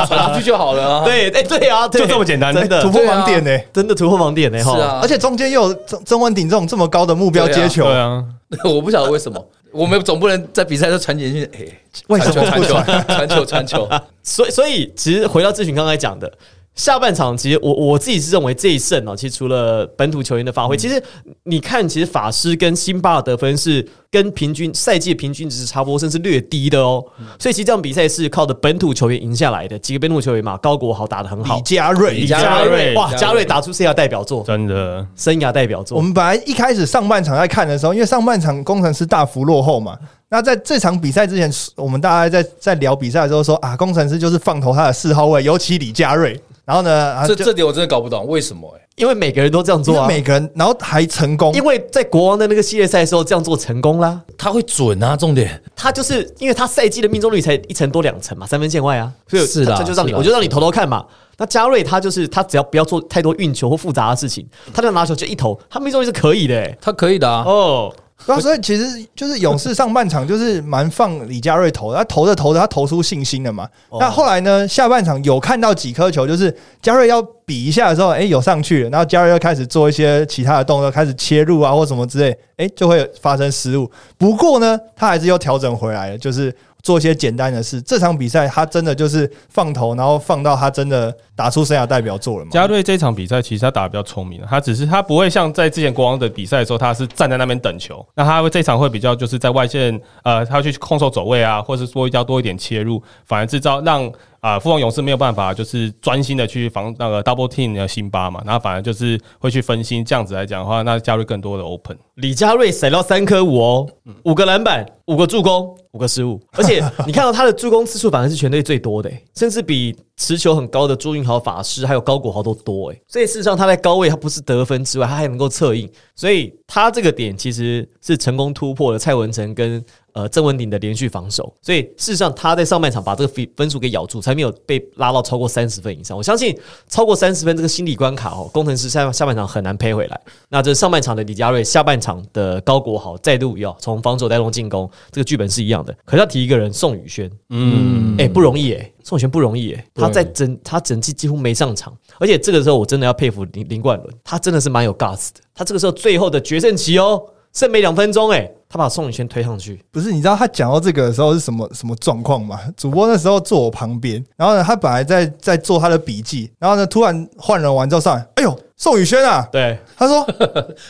Speaker 3: 传出去就好了啊。
Speaker 1: 对，哎、对啊，对
Speaker 4: 就这么简单
Speaker 1: 真
Speaker 2: 突
Speaker 1: 的啊
Speaker 2: 破盲点哎、
Speaker 1: 真的突破盲点呢、
Speaker 3: 是
Speaker 1: 哈
Speaker 3: 啊，
Speaker 2: 而且中间又有曾曾文鼎这种这么高的目标接球，
Speaker 4: 对啊，
Speaker 3: 我不晓得为什么，我们总不能在比赛中传简讯，哎，
Speaker 2: 为什么
Speaker 3: 传
Speaker 2: 不
Speaker 3: 球
Speaker 2: 传？
Speaker 3: 传球传球？传球
Speaker 1: 所以，所以其实回到志群刚才讲的，下半场其实我我自己是认为这一胜哦，其实除了本土球员的发挥，
Speaker 2: 嗯
Speaker 1: 其实你看，其实法师跟辛巴的得分是跟平均赛季的平均值是差不多，甚至略低的哦。
Speaker 2: 嗯
Speaker 1: 所以其实这场比赛是靠着本土球员赢下来的，几个本土球员嘛，高国豪打得很好
Speaker 2: 李，佳瑞
Speaker 3: 李，佳
Speaker 4: 嘉瑞
Speaker 1: 哇，
Speaker 3: 嘉
Speaker 1: 嘉
Speaker 3: 瑞
Speaker 1: 瑞打出生涯代表作，
Speaker 4: 真的，
Speaker 1: 生涯代表作
Speaker 2: 我。们本来一开始上半场在看的时候，因为上半场工程师大幅落后嘛。那在这场比赛之前，我们大家在在聊比赛的时候说啊，工程师就是放投他的四号位，尤其李佳瑞。然后呢，啊
Speaker 3: 这
Speaker 2: 就
Speaker 3: 这点我真的搞不懂为什么哎。
Speaker 1: 因为每个人都这样
Speaker 2: 因
Speaker 1: 做
Speaker 2: 为
Speaker 1: 啊。
Speaker 2: 每个人，然后还成功
Speaker 1: 因，为在国王的那个系列赛的时候这样做成功啦，
Speaker 3: 他会准啊，重点
Speaker 1: 他就是因为他赛季的命中率才一成多两成嘛，三分线外啊，所以
Speaker 3: 是啦
Speaker 1: 他就让你，
Speaker 3: 是啦啊
Speaker 1: 我就让你投投看嘛。那嘉瑞他就是他只要不要做太多运球或复杂的事情，他就拿球就一投，他命中率是可以的、欸。
Speaker 3: 他可以的啊。
Speaker 1: 哦，
Speaker 2: 对啊，所以其实就是勇士上半场就是蛮放李佳瑞投的，他投着投着他投出信心了嘛。那后来呢，下半场有看到几颗球，就是佳瑞要比一下的时候，哎、有上去了，然后佳瑞又开始做一些其他的动作，开始切入啊或什么之类，哎、就会发生失误。不过呢，他还是又调整回来了，就是做一些简单的事。这场比赛他真的就是放投，然后放到他真的打出生涯代表作了嘛。
Speaker 4: 嘉瑞这场比赛其实他打得比较聪明啊，他只是他不会像在之前国王的比赛的时候，他是站在那边等球，那他会这场会比较就是在外线，呃，他去控手走位啊，或是说要多一点切入，反而制造让。啊，富邦勇士没有办法，就是专心的去防那个 double team 的辛巴嘛，然后反而就是会去分心。这样子来讲的话，那加入更多的 open。
Speaker 1: 李佳瑞甩到三颗五哦，五个篮板，五个助攻，五个失误，而且你看到他的助攻次数反而是全队最多的、欸甚至比持球很高的朱云豪法师还有高国豪都多哎、欸所以事实上他在高位他不是得分之外，他还能够策应，所以他这个点其实是成功突破了蔡文成跟。呃郑文鼎的连续防守，所以事实上他在上半场把这个分分数给咬住，才没有被拉到超过三十分以上。我相信超过三十分这个心理关卡哦，工程师下下半场很难赔回来。那这上半场的李佳瑞，下半场的高国豪再度要从防守带动进攻，这个剧本是一样的。可是要提一个人，宋宇轩，嗯，哎、不容易哎、宋宇轩不容易哎、他在整他整季几乎没上场，而且这个时候我真的要佩服林林冠伦，他真的是蛮有 guts 的。他这个时候最后的决胜期哦，剩没两分钟哎、他把宋宇轩推上去，
Speaker 2: 不是，你知道他讲到这个的时候是什么什么状况吗？主播那时候坐我旁边，然后呢，他本来在在做他的笔记，然后呢，突然换人完之后上来，哎呦，宋宇轩啊，
Speaker 1: 对啊
Speaker 2: 他说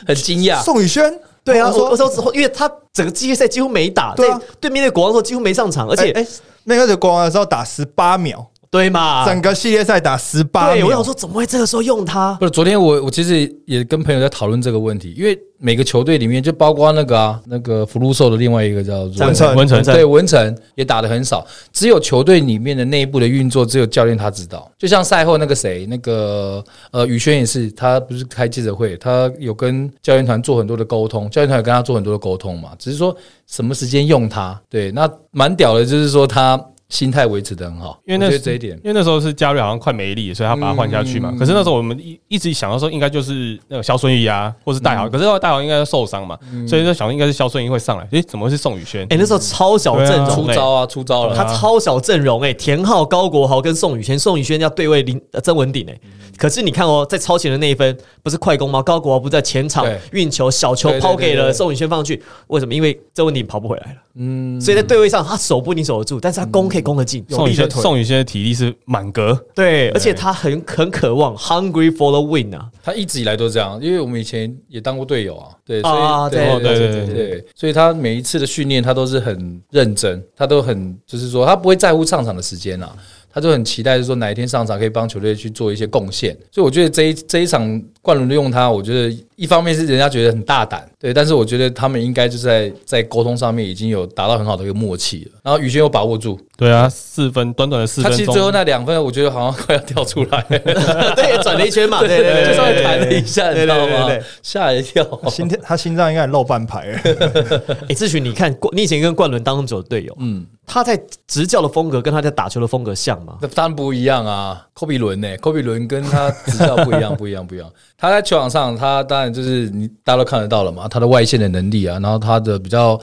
Speaker 3: 很惊讶。
Speaker 2: 宋宇轩，
Speaker 1: 对啊，
Speaker 2: 我
Speaker 1: 我
Speaker 2: 说
Speaker 1: 我说因为他整个季后赛几乎没打，
Speaker 2: 对啊
Speaker 1: 对对面对国王的时候几乎没上场，而且、
Speaker 2: 哎、哎那个国王的时候打十八秒，
Speaker 1: 对
Speaker 4: 啊
Speaker 1: 嘛，
Speaker 2: 整个系列赛打十八
Speaker 1: 对我想
Speaker 2: 秒，
Speaker 1: 说怎么会这个时候用他？
Speaker 3: 不是，昨天我我其实也跟朋友在讨论这个问题，因为每个球队里面就包括那个啊，那个福禄寿的另外一个叫做
Speaker 1: 文
Speaker 2: 成
Speaker 4: 文成
Speaker 3: 对文成也打的很少，只有球队里面的内部的运作，只有教练他知道。就像赛后那个谁，那个呃宇轩也是，他不是开记者会，他有跟教练团做很多的沟通，教练团有跟他做很多的沟通嘛，只是说什么时间用他。对，那蛮屌的，就是说他心态维持的很好，
Speaker 4: 因为
Speaker 3: 我
Speaker 4: 那
Speaker 3: 觉得
Speaker 4: 时
Speaker 3: 这一点嗯
Speaker 4: 因为那时候是加瑞好像快没力，所以他把他换下去嘛。可是那时候我们一一直想到说，应该就是那个肖顺义啊，或是戴
Speaker 3: 嗯
Speaker 4: 豪，可是戴豪应该受伤嘛，所以就想应该是肖顺义会上来。诶，怎么会是宋宇轩？
Speaker 1: 哎、那时候超小阵
Speaker 4: 对啊
Speaker 1: 容、
Speaker 3: 出
Speaker 1: 欸，
Speaker 3: 招啊，出招了。
Speaker 1: 他超小阵容哎、田浩、高国豪跟宋宇轩，宋宇轩要对位林呃曾文鼎哎、
Speaker 2: 嗯
Speaker 1: 可是你看哦，在超前的那一分不是快攻吗？高国豪不是在前场
Speaker 3: 对
Speaker 1: 运球小球
Speaker 3: 对对
Speaker 1: 抛给
Speaker 3: 对对
Speaker 1: 了
Speaker 3: 对
Speaker 1: 宋宇轩放上去，为什么？因为曾文鼎跑不回来了，嗯，所以在对位上他守不一定守得住，但是他
Speaker 2: 嗯
Speaker 1: 攻可以攻得进，
Speaker 4: 宋宇轩，宋宇轩的体力是满格，
Speaker 1: 对，而且他很很渴望 hungry for the win 啊，
Speaker 3: 他一直以来都这样，因为我们以前也当过队友啊，对，所以、
Speaker 1: 啊
Speaker 3: 对
Speaker 4: 对对
Speaker 3: 对
Speaker 4: 对
Speaker 3: 对，所以他每一次的训练他都是很认真，他都很就是说他不会在乎上场的时间啊，他就很期待是说哪一天上场可以帮球队去做一些贡献，所以我觉得这一这一场冠伦利用他，我觉得一方面是人家觉得很大胆，对，但是我觉得他们应该就在在沟通上面已经有达到很好的一个默契了，然后宇轩又把握住，
Speaker 4: 对啊，四分短短的四
Speaker 3: 他
Speaker 4: 分
Speaker 3: 其实
Speaker 4: 钟
Speaker 3: 最，后那两分我觉得好像快要掉出来了。
Speaker 1: 对，转了一圈嘛，啊对对对
Speaker 3: 就
Speaker 1: 对
Speaker 3: 稍微
Speaker 1: 对
Speaker 3: 弹了一下，你知道
Speaker 1: 对对
Speaker 3: 吗
Speaker 1: 对对？
Speaker 3: 吓一跳。
Speaker 2: 心哦跳他心脏应该也漏半欸拍了。
Speaker 1: 哎、志群，你看冠，你以前跟冠伦当久的队友，嗯，他在执教的风格跟他在打球的风格像吗？
Speaker 3: 那当然不一样啊，科比伦呢？科比伦跟他执教不一样，不一样，不一样。他在球场上，他当然就是你大家都看得到了嘛，他的外线的能力啊，然后他的比较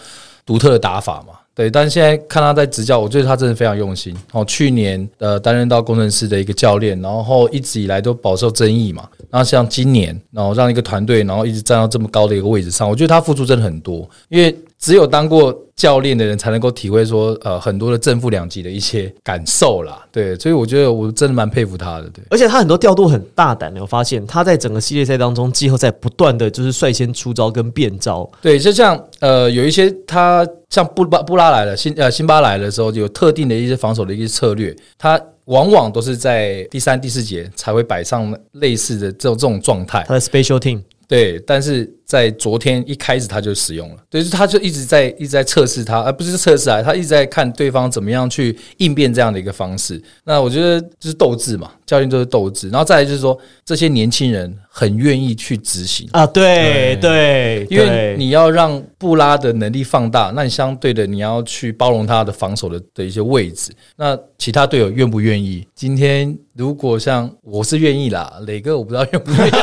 Speaker 3: 独特的打法嘛。对，但是现在看他在执教，我觉得他真的非常用心。哦，去年呃担任到工程师的一个教练，然后一直以来都饱受争议嘛。然后像今年，然后让一个团队，然后一直站到这么高的一个位置上，我觉得他付出真的很多。因为只有当过教练的人才能够体会说，呃，很多的正负两极的一些感受啦。对，所以我觉得我真的蛮佩服他的。对，
Speaker 1: 而且他很多调度很大胆，你有发现他在整个系列赛当中，季后赛不断的就是率先出招跟变招，
Speaker 3: 对，就像呃，有一些他像布巴布拉来了，辛呃辛巴来的时候，有特定的一些防守的一些策略，他往往都是在第三、第四节才会摆上类似的这种这种状态。
Speaker 1: 他的 special team
Speaker 3: 对，但是在昨天一开始他就使用了，对，就是他就一直在一直在测试他，而、不是测试啊，他一直在看对方怎么样去应变这样的一个方式。那我觉得就是斗志嘛，教练就是斗志，然后再来就是说这些年轻人很愿意去执行，
Speaker 1: 啊，对对，
Speaker 3: 因为你要让布拉的能力放大，那你相对的你要去包容他的防守的的一些位置。那其他队友愿不愿意？今天如果像我是愿意啦，磊哥我不知道愿不愿意。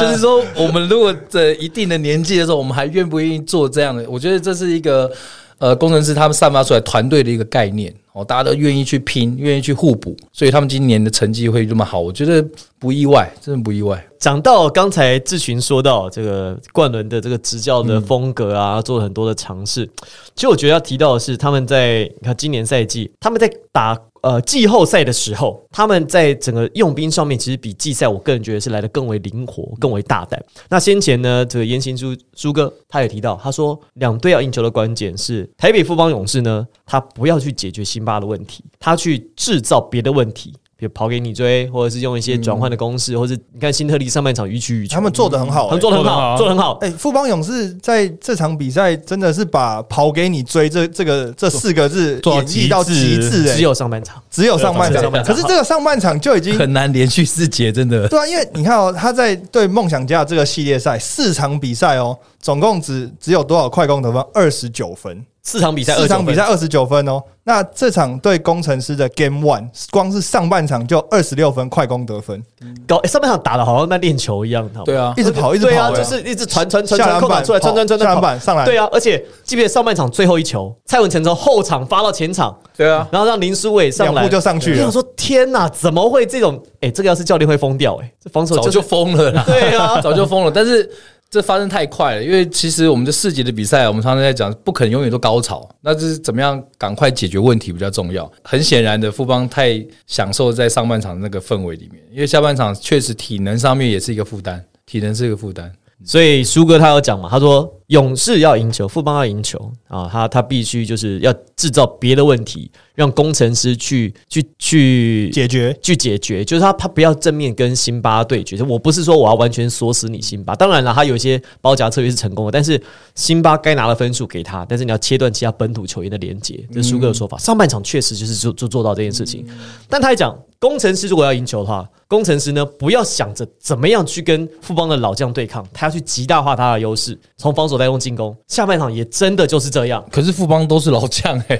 Speaker 3: 就是说，我们如果在一定的年纪的时候，我们还愿不愿意做这样的？我觉得这是一个呃，工程师他们散发出来团队的一个概念哦，大家都愿意去拼，愿意去互补，所以他们今年的成绩会这么好，我觉得不意外，真的不意外。
Speaker 1: 讲到刚才志群说到这个冠伦的这个执教的风格啊，做了很多的尝试。
Speaker 2: 哎
Speaker 1: 其实我觉得要提到的是，他们在你看今年赛季，他们在打呃季后赛的时候，他们在整个用兵上面，其实比季赛我个人觉得是来的更为灵活、更为大胆。那先前呢，这个言行书书哥他也提到，他说两队要赢球的关键是台北富邦勇士呢，他不要去解决辛巴的问题，他去制造别的问题。比如跑给你追，或者是用一些转换的攻势，或者是你看新特利上半场予取予求，
Speaker 2: 他们做的很好、
Speaker 1: 他
Speaker 2: 欸
Speaker 1: 们，做的很好，做
Speaker 4: 做
Speaker 1: 的
Speaker 4: 得
Speaker 1: 很好。
Speaker 2: 哎、富邦勇士在这场比赛真的是把“跑给你追这”这个这四个字
Speaker 4: 做到
Speaker 2: 演绎到极
Speaker 4: 极致
Speaker 2: 致、哎，
Speaker 1: 只有上半场，
Speaker 2: 只有上半
Speaker 1: 只有上
Speaker 2: 场
Speaker 1: 半，
Speaker 2: 可
Speaker 1: 场
Speaker 2: 是这个上半场就已经
Speaker 3: 很难连 续四节，真的。
Speaker 2: 对啊，因为你看哦，他在对梦想家这个系列赛四场比赛哦，总共只只有多少快攻得分？二十九分，
Speaker 1: 四场比赛，
Speaker 2: 四场比赛
Speaker 1: 29分，
Speaker 2: 二十九分哦。那这场对工程师的 Game One，光是上半场就二十六分快攻得分，
Speaker 1: 搞、欸、上半场打的好像在练球一样，你知道吗
Speaker 3: 对啊
Speaker 2: 一，直跑一直跑，
Speaker 1: 对啊，
Speaker 2: 哎
Speaker 1: 就是一直传传传
Speaker 2: 下篮
Speaker 1: 传，扣
Speaker 2: 板
Speaker 1: 打出来，
Speaker 2: 跑
Speaker 1: 传传传
Speaker 2: 下
Speaker 1: 传跑。
Speaker 2: 篮板上来，
Speaker 1: 对啊，而且记不记得上半场最后一球，蔡文成从后场发到前场，
Speaker 3: 对啊，
Speaker 1: 然后让林书伟上
Speaker 2: 两
Speaker 1: 来
Speaker 2: 步就上去
Speaker 1: 我
Speaker 2: 了
Speaker 1: 想。说，天哪，怎么会这种？哎、这个要是教练会疯掉、哎，这防守
Speaker 3: 早
Speaker 1: 就是
Speaker 3: 就疯了啦。
Speaker 1: 对 啊，
Speaker 3: 早就疯了，但是这发生太快了，因为其实我们这四级的比赛，我们常常在讲，不可能永远都高潮，那就是怎么样赶快解决问题比较重要。很显然的，富邦太享受在上半场那个氛围里面，因为下半场确实体能上面也是一个负担，体能是一个负担。
Speaker 1: 所以苏哥他有讲嘛，他说勇士要赢球，富邦要赢球啊，他他必须就是要制造别的问题，让工程师去去去
Speaker 2: 解决
Speaker 1: 去解决，就是他他不要正面跟辛巴对决。我不是说我要完全锁死你辛巴，当然了，他有一些包夹策略是成功的，但是辛巴该拿的分数给他，但是你要切断其他本土球员的连接，这是苏哥的说法。上半场确实就是做做做到这件事情，但他也讲，工程师如果要赢球的话，工程师呢不要想着怎么样去跟富邦的老将对抗，他要去极大化他的优势，从防守带动进攻。下半场也真的就是这样，
Speaker 3: 可是富邦都是老将哎、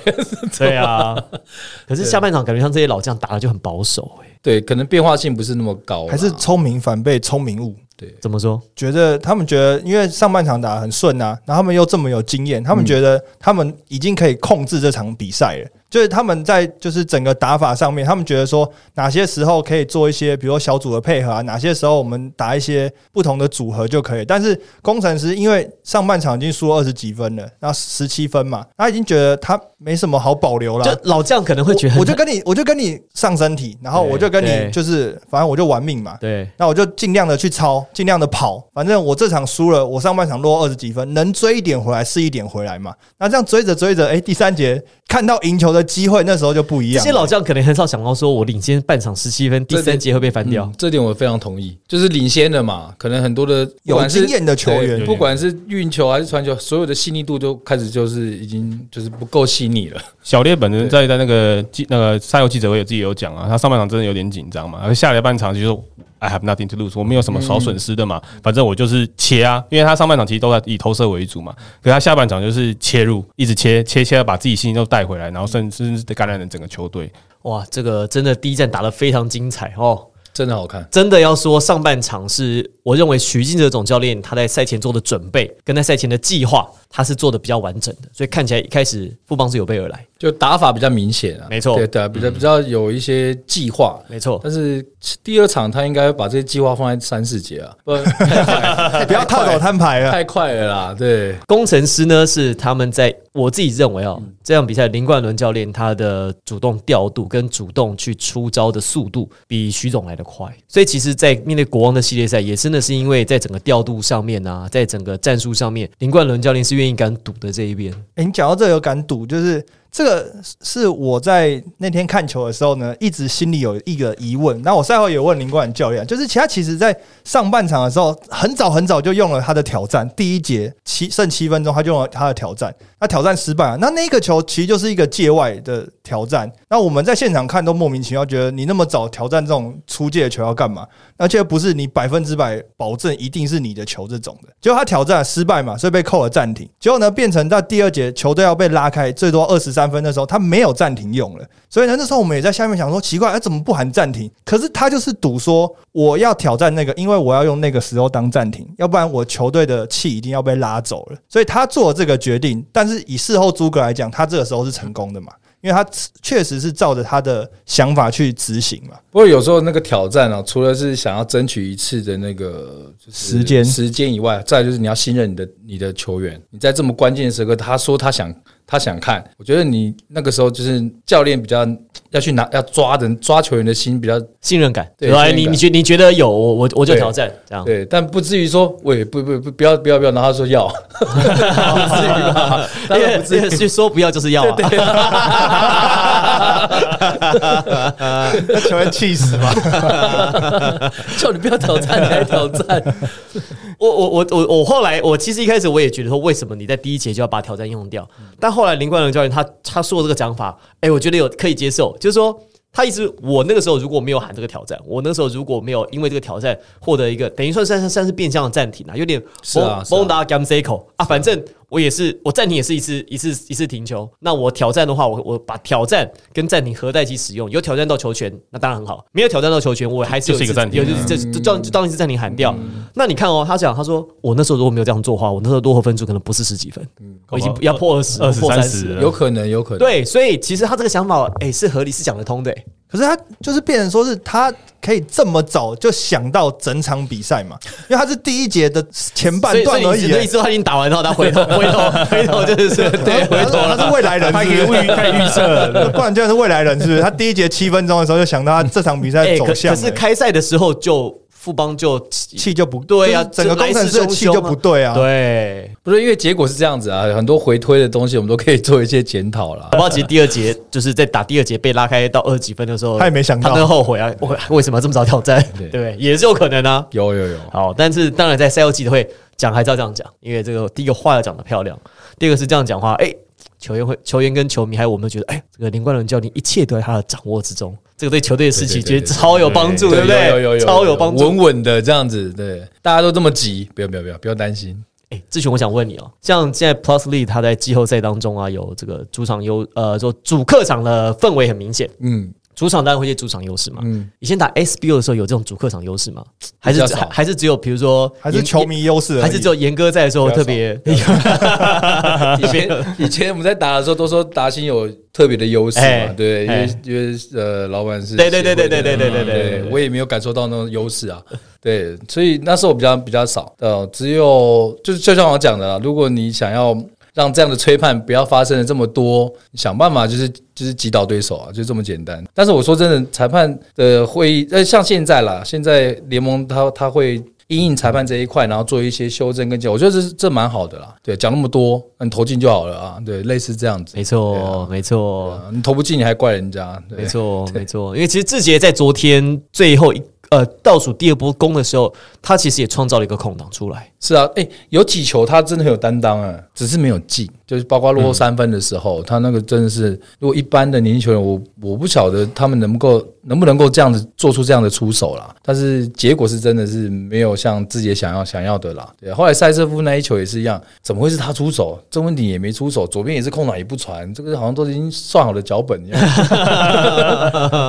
Speaker 1: 对啊。可是下半场感觉像这些老将打的就很保守、欸，
Speaker 3: 对，可能变化性不是那么
Speaker 1: 哦
Speaker 3: 高啦，
Speaker 2: 还是
Speaker 1: 啊
Speaker 2: 聪明反被聪明误。
Speaker 1: 怎么说？
Speaker 2: 觉得他们觉得，因为上半场打得很顺啊，然后他们又这么有经验，
Speaker 1: 嗯
Speaker 2: 他们觉得他们已经可以控制这场比赛了。就是他们在就是整个打法上面，他们觉得说哪些时候可以做一些，比如说小组的配合啊，哪些时候我们打一些不同的组合就可以。但是工程师因为上半场已经输了二十几分了，然后十七分嘛，他已经觉得他没什么好保留了
Speaker 1: 就。老将可能会觉得
Speaker 2: 我我就跟你我就跟你上身体，然后我就跟
Speaker 1: 对
Speaker 2: 你就是反正我就玩命嘛，
Speaker 1: 对
Speaker 2: 那我就尽量的去抄，尽量的跑。反正我这场输了，我上半场落后二十几分，能追一点回来是一点回来嘛。那这样追着追着，哎、第三节看到赢球的机会，那时候就不一
Speaker 1: 这
Speaker 2: 样
Speaker 1: 些
Speaker 2: 了。
Speaker 1: 老将可能很少想到说，我领先半场十七分，第三节会被翻掉
Speaker 3: 嗯。这点我非常同意，就是领先的嘛，可能很多的不
Speaker 2: 有
Speaker 3: 管是
Speaker 2: 经验的球
Speaker 3: 对
Speaker 2: 员，
Speaker 4: 有
Speaker 3: 不管是运球还是传球，所有的细腻度都开始就是已经就是不够细腻了。
Speaker 4: 小烈本人在在那个记那个赛后记者会有自己有讲啊，他上半场真的有点紧张嘛，而下了半场就说 I have nothing to lose，我没有什么少损失的嘛，反正我就是切啊，因为他上半场其实都在以投射为主嘛，可是他下半场就是切入，一直切切切，把自己心情都带回来，然后甚甚至感染了整个球队。
Speaker 1: 哇，这个真的第一站打得非常精彩哦！
Speaker 3: 真的好看。
Speaker 1: 真的要说上半场是我认为徐静哲总教练他在赛前做的准备，跟在赛前的计划，他是做的比较完整的，所以看起来一开始富邦是有备而来。
Speaker 3: 就打法比较明显啊，
Speaker 1: 没错
Speaker 3: 对对啊，比较比较有一些计划。
Speaker 1: 没错，
Speaker 3: 但是第二场他应该把这些计划放在三四节啊，不然太快
Speaker 2: 不要套手摊牌了。
Speaker 3: 太快了啦。对，
Speaker 1: 工程师呢是他们在我自己认为哦，
Speaker 3: 嗯
Speaker 1: 这场比赛林冠伦教练他的主动调度跟主动去出招的速度比徐总来得快，所以其实，在面对国王的系列赛，也真的是因为在整个调度上面啊，在整个战术上面，林冠伦教练是愿意敢赌的这一边。
Speaker 2: 哎、你讲到这有敢赌，就是这个是我在那天看球的时候呢，一直心里有一个疑问。那我赛后也问林冠宇教练，就是其他其实在上半场的时候，很早很早就用了他的挑战，第一节七剩七分钟，他就用了他的挑战，那挑战失败了。那那个球其实就是一个界外的挑战。那我们在现场看都莫名其妙，觉得你那么早挑战这种出界的球要干嘛？而且不是你百分之百保证一定是你的球这种的。结果他挑战失败嘛，所以被扣了暂停。结果呢，变成到第二节球队要被拉开，最多二十三分的时候，他没有暂停用了。所以呢，那时候我们也在下面想说，奇怪，哎、怎么不喊暂停？可是他就是赌说我要挑战那个，因为我要用那个时候当暂停，要不然我球队的气一定要被拉走了。所以他做了这个决定，但是以事后诸葛来讲，他这个时候是成功的嘛？因为他确实是照着他的想法去执行嘛。
Speaker 3: 不过有时候那个挑战啊，除了是想要争取一次的那个就是
Speaker 2: 时间
Speaker 3: 时间以外，再来就是你要信任你的你的球员。你在这么关键的时刻，他说他想他想看，我觉得你那个时候就是教练比较要去拿要抓人抓球员的心比较
Speaker 1: 信任感，
Speaker 3: 对
Speaker 1: 来
Speaker 3: 信任
Speaker 1: 你
Speaker 3: 感
Speaker 1: 你觉你觉得有我我我就
Speaker 3: 对
Speaker 1: 挑战这 样，
Speaker 3: 对，但不至于说喂不不不不要不要不要，然后他说要，不至于 吧？当
Speaker 1: 因
Speaker 3: 然
Speaker 1: 为
Speaker 3: 不至于。
Speaker 1: 因为说不要就是要啊，
Speaker 2: 那球员气死 嘛！
Speaker 3: 叫你不要挑战，你还挑战，
Speaker 1: 我我我我我后来我其实一开始我也觉得说，为什么你在第一节就要把挑战用掉？但后来林冠伦教练他他说的这个讲法，哎、我觉得有可以接受，就是说他一直我那个时候如果没有喊这个挑战，我那时候如果没有因为这个挑战获得一个等于算算算算是变相的暂停啊，有点
Speaker 3: 是啊是啊
Speaker 1: Bon- Bonda g a m s e c o 啊，反正我也是我暂停也是一次一次一次停球。那我挑战的话，我我把挑战跟暂停合在一起使用，有挑战到球权，那当然很好；没有挑战到球权，我还是有
Speaker 4: 就是一个暂
Speaker 1: 有
Speaker 4: 停
Speaker 1: 就是这就当就当一次暂停喊掉。
Speaker 2: 嗯
Speaker 1: 那你看哦，他讲他说我那时候如果没有这样做的话，我那时候落后分数可能不是十几分，
Speaker 2: 嗯
Speaker 1: 我已经要破二十、
Speaker 4: 二十
Speaker 1: 破
Speaker 4: 三
Speaker 1: 三
Speaker 4: 十
Speaker 1: 十。
Speaker 3: 有可能，有可能。
Speaker 1: 对，所以其实他这个想法，哎、是合理，是讲得通的、哎
Speaker 2: 可是他就是变成说是他可以这么早就想到整场比赛嘛，因为他是第一节的前半
Speaker 1: 欸所以所
Speaker 2: 段
Speaker 1: 以
Speaker 2: 而
Speaker 1: 你
Speaker 2: 已
Speaker 1: 只。对，一直他已经打完，然后他回 头回头回头就是对回
Speaker 2: 他
Speaker 1: 头
Speaker 2: 说他是
Speaker 1: 了。
Speaker 2: 未来人，
Speaker 4: 他可以
Speaker 2: 是不是
Speaker 4: 预可以预 测了，
Speaker 2: 不然就是未来人，是不是？他第一节七分钟的时候就想到他这场比赛
Speaker 1: 哎、
Speaker 2: 的
Speaker 1: 可
Speaker 2: 走向
Speaker 1: 可
Speaker 2: 了，
Speaker 1: 是开赛的时候就富邦就
Speaker 2: 气就不
Speaker 1: 对啊
Speaker 2: 就是整个
Speaker 1: 这来
Speaker 2: 工
Speaker 1: 势
Speaker 2: 程师
Speaker 1: 汹
Speaker 2: 的气
Speaker 1: 汹
Speaker 2: 就
Speaker 1: 啊
Speaker 2: 不对啊。
Speaker 1: 对，
Speaker 3: 不是因为结果是这样子啊，很多回推的东西我们都可以做一些检讨啦
Speaker 1: 好。不好？其实第二节就是在打第二节被拉开到二十几分的时候，
Speaker 2: 他也没想到
Speaker 1: 他都后悔啊，我为什么要这么早挑战？对
Speaker 3: 对
Speaker 1: 不对，也是有可能啊。
Speaker 3: 有有有，
Speaker 1: 好，但是当然在赛后记者会讲还是要这样讲，因为这个第一个话要讲得漂亮，第二个是这样讲话，哎、球员会球员跟球迷还有我们都觉得，哎、这个林冠伦教练一切都在他的掌握之中，这个对球队的士气
Speaker 3: 对对
Speaker 1: 觉得
Speaker 3: 对
Speaker 1: 超有帮助，对不
Speaker 3: 有有有
Speaker 1: 对？超有帮助
Speaker 3: 稳。稳的这样子，对，大家都这么急，不要不要不要不要担心，
Speaker 1: 哎、志雄，我想问你哦，像现在 Plus League 他在季后赛当中啊，有这个主场优呃，说主客场的氛围很明显，
Speaker 3: 嗯
Speaker 1: 主场当然会去主场优势嘛。
Speaker 3: 嗯，
Speaker 1: 以前打 SBO 的时候有这种主客场优势吗？还是
Speaker 3: 比较少
Speaker 1: 还还是只有比如说
Speaker 2: 还是
Speaker 1: 严
Speaker 2: 球迷优势而已，
Speaker 1: 还是只有严哥在的时候特别
Speaker 3: 以前以前我们在打的时候都说达兴有特别的优势
Speaker 1: 哎
Speaker 3: 嘛，对，因为
Speaker 1: 哎
Speaker 3: 因为呃，老板是
Speaker 1: 对对对
Speaker 3: 协会
Speaker 1: 对对对对
Speaker 3: 的嗯
Speaker 1: 对对对
Speaker 3: 我也没有感受到那种优势啊，对，所以那时候比较比较少，呃，只有就是就像我讲的啦，如果你想要。让这样的吹判不要发生的这么多，想办法就是就是击倒对手啊，就这么简单。但是我说真的，裁判的会议，呃，像现在啦，现在联盟他他会因应裁判这一块，然后做一些修正跟讲，我觉得这是这蛮好的啦。对，讲那么多，你投进就好了啊。对，类似这样子。
Speaker 1: 没错，没错，
Speaker 3: 啊你投不进你还怪人家，对
Speaker 1: 没错，没错。因为其实志杰在昨天最后一呃倒数第二波攻的时候，他其实也创造了一个空档出来。
Speaker 3: 是啊，哎、有几球他真的很有担当啊，只是没有进，就是包括落后三分的时候，他那个真的是，如果一般的年轻球员，我我不晓得他们能够能不能够这样子做出这样的出手啦，但是结果是真的是没有像自己想要想要的啦。对，啊后来塞瑟夫那一球也是一样，怎么会是他出手？郑文鼎也没出手，左边也是空档也不传，这个好像都已经算好的脚本一样。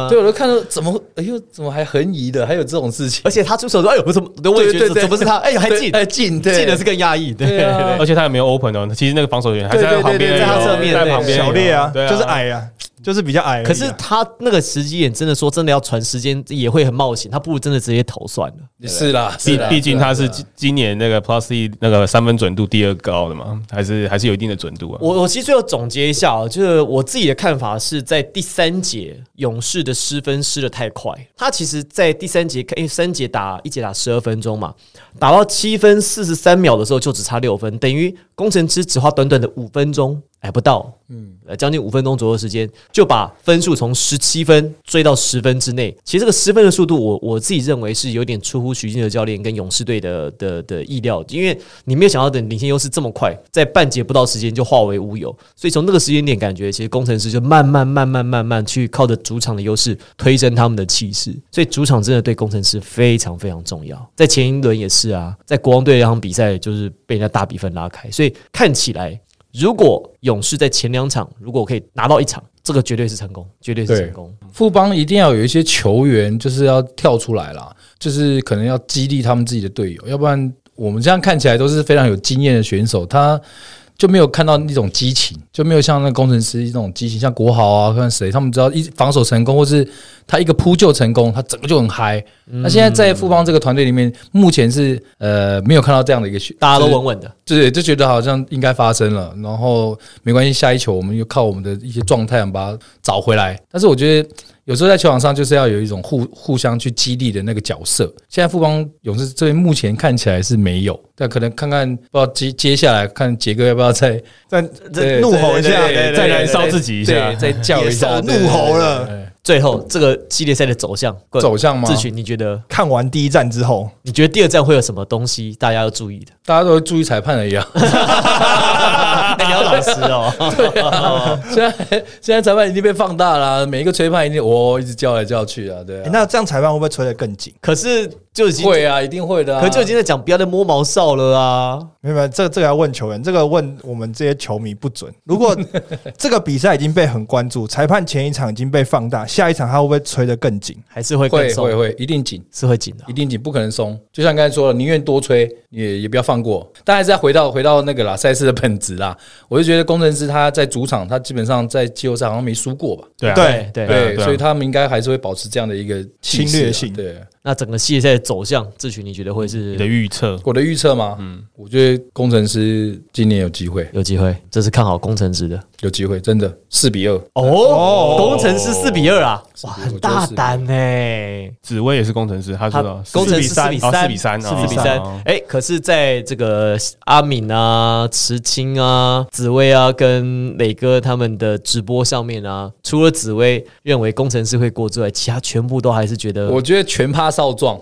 Speaker 3: 对，我就看到怎么，哎呦，怎么还横移的，还有这种事情
Speaker 1: 而？且他出手说：“哎呦，我怎么？我也觉得
Speaker 3: 对对对
Speaker 1: 怎么是他？哎呦，还进，
Speaker 3: 哎进对
Speaker 1: 进的是更压抑。”对，
Speaker 3: 对 啊
Speaker 4: 而且他也没有 open 哦，其实那个防守员还
Speaker 3: 对
Speaker 4: 在
Speaker 3: 对
Speaker 4: 旁
Speaker 3: 对
Speaker 4: 边，哦
Speaker 3: 对在他侧
Speaker 1: 面
Speaker 4: 在
Speaker 1: 对
Speaker 4: 旁边
Speaker 2: 小烈啊，
Speaker 4: 对
Speaker 2: 就是矮啊，就是比较矮而已啊。
Speaker 1: 可是他那个时机点，真的说真的要传时间也会很冒险，他不如真的直接投算了。
Speaker 3: 是啦，是
Speaker 4: 毕
Speaker 3: 啦
Speaker 4: 毕竟他是
Speaker 3: 啊
Speaker 4: 今今年那个 Plus E 那个三分准度第二高的嘛，还是还是有一定的准度啊。
Speaker 1: 我我其实最后总结一下哦，就是我自己的看法是在第三节勇士的失分失的太快，他其实在第三节因为三节打一节打十二分钟嘛，打到七分四十三秒的时候就只差六分，等于工程师只花短短的五分钟，哎不到，嗯，将近五分钟左右的时间就把分数从十七分追到十分之内。其实这个失分的速度我，我自己认为是有点出乎徐静的教练跟勇士队的的的意料，因为你没有想到等领先优势这么快，在半节不到时间就化为乌有。所以从那个时间点，感觉其实工程师就慢慢慢慢慢慢去靠着主场的优势推升他们的气势。所以主场真的对工程师非常非常重要，在前一轮也是啊，在国王队那场比赛就是被人家大比分拉开，所以看起来如果勇士在前两场如果可以拿到一场，这个绝对是成功，绝对是成功。
Speaker 3: 富邦一定要有一些球员，就是要跳出来啦，就是可能要激励他们自己的队友，要不然我们这样看起来都是非常有经验的选手，他就没有看到那种激情，就没有像那工程师那种激情，像国豪啊，看谁他们只要一防守成功，或是他一个扑救成功，他整个就很嗨。那现在在富邦这个团队里面，目前是呃没有看到这样的一个选，
Speaker 1: 大家都
Speaker 3: 就是
Speaker 1: 稳稳的，
Speaker 3: 对，就觉得好像应该发生了，然后没关系，下一球我们就靠我们的一些状态把它找回来。但是我觉得有时候在球场上就是要有一种互互相去激励的那个角色。现在富邦勇士这边目前看起来是没有，但可能看看不知道接接下来看杰哥要不要再
Speaker 2: 再
Speaker 3: 对
Speaker 2: 怒吼一下，
Speaker 3: 对对对
Speaker 4: 再燃烧自己一下
Speaker 3: 对再叫一下，
Speaker 2: 野兽怒吼了
Speaker 3: 对对对对
Speaker 1: 最后这个系列赛的走向，
Speaker 3: 对走向吗
Speaker 1: 志？群，你觉得
Speaker 2: 看完第一站之后，
Speaker 1: 你觉得第二站 会有什么东西大家要注意的？
Speaker 3: 大家都会注意裁判而已啊。
Speaker 1: 哎你要老实痴哦。
Speaker 3: 现在现在裁判已经被放大了、每一个吹判一定哦一直叫来叫去啊，对啊，
Speaker 2: 欸那这样裁判会不会吹得更紧？
Speaker 1: 可是就已经，
Speaker 3: 会啊，一定会的、啊。
Speaker 1: 可就已经在讲不要再摸毛哨了啊！
Speaker 2: 没有，没有，这这个要问球员，这个问我们这些球迷不准。如果这个比赛已经被很关注，裁判前一场已经被放大，下一场他会不会吹得更紧？
Speaker 1: 还是会更
Speaker 3: 会
Speaker 1: 松
Speaker 3: 会，会，一定紧，
Speaker 1: 是会紧的
Speaker 3: 一。定紧，不可能松。就像刚才说了，宁愿多吹，也也不要放过。但还是要回到回到那个啦，赛事的本质啦。我就觉得工程师他在主场，他基本上在季后赛好像没输过吧？
Speaker 4: 对啊，
Speaker 1: 对对
Speaker 4: 对啊
Speaker 3: 对，所以他们应该还是会保持这样的一个气势啊
Speaker 2: 侵略性
Speaker 3: 对，
Speaker 1: 那整个系列赛的走向，志群你觉得会
Speaker 4: 你的
Speaker 1: 是
Speaker 4: 预测
Speaker 3: 我的预测吗？嗯，我觉得工程师今年有机会，
Speaker 1: 有机会？这是看好工程师的
Speaker 3: 有机会，真的四比二。
Speaker 1: 哦。工程师四比二啊，哇，
Speaker 3: 比二
Speaker 1: 很大胆呢。
Speaker 4: 紫薇也是工程师，他
Speaker 1: 他
Speaker 4: 说到
Speaker 1: 工程师四
Speaker 4: 4
Speaker 1: 比
Speaker 4: 哦
Speaker 1: 三，
Speaker 4: 四比三，
Speaker 1: 四
Speaker 4: 哦
Speaker 1: 比三
Speaker 4: 哦。
Speaker 1: 哎，可是在这个阿敏啊、池青啊、紫薇啊跟磊哥他们的直播上面啊，除了紫薇认为工程师会过之外，其他全部都还是觉得啊
Speaker 3: 我觉得全趴少壮，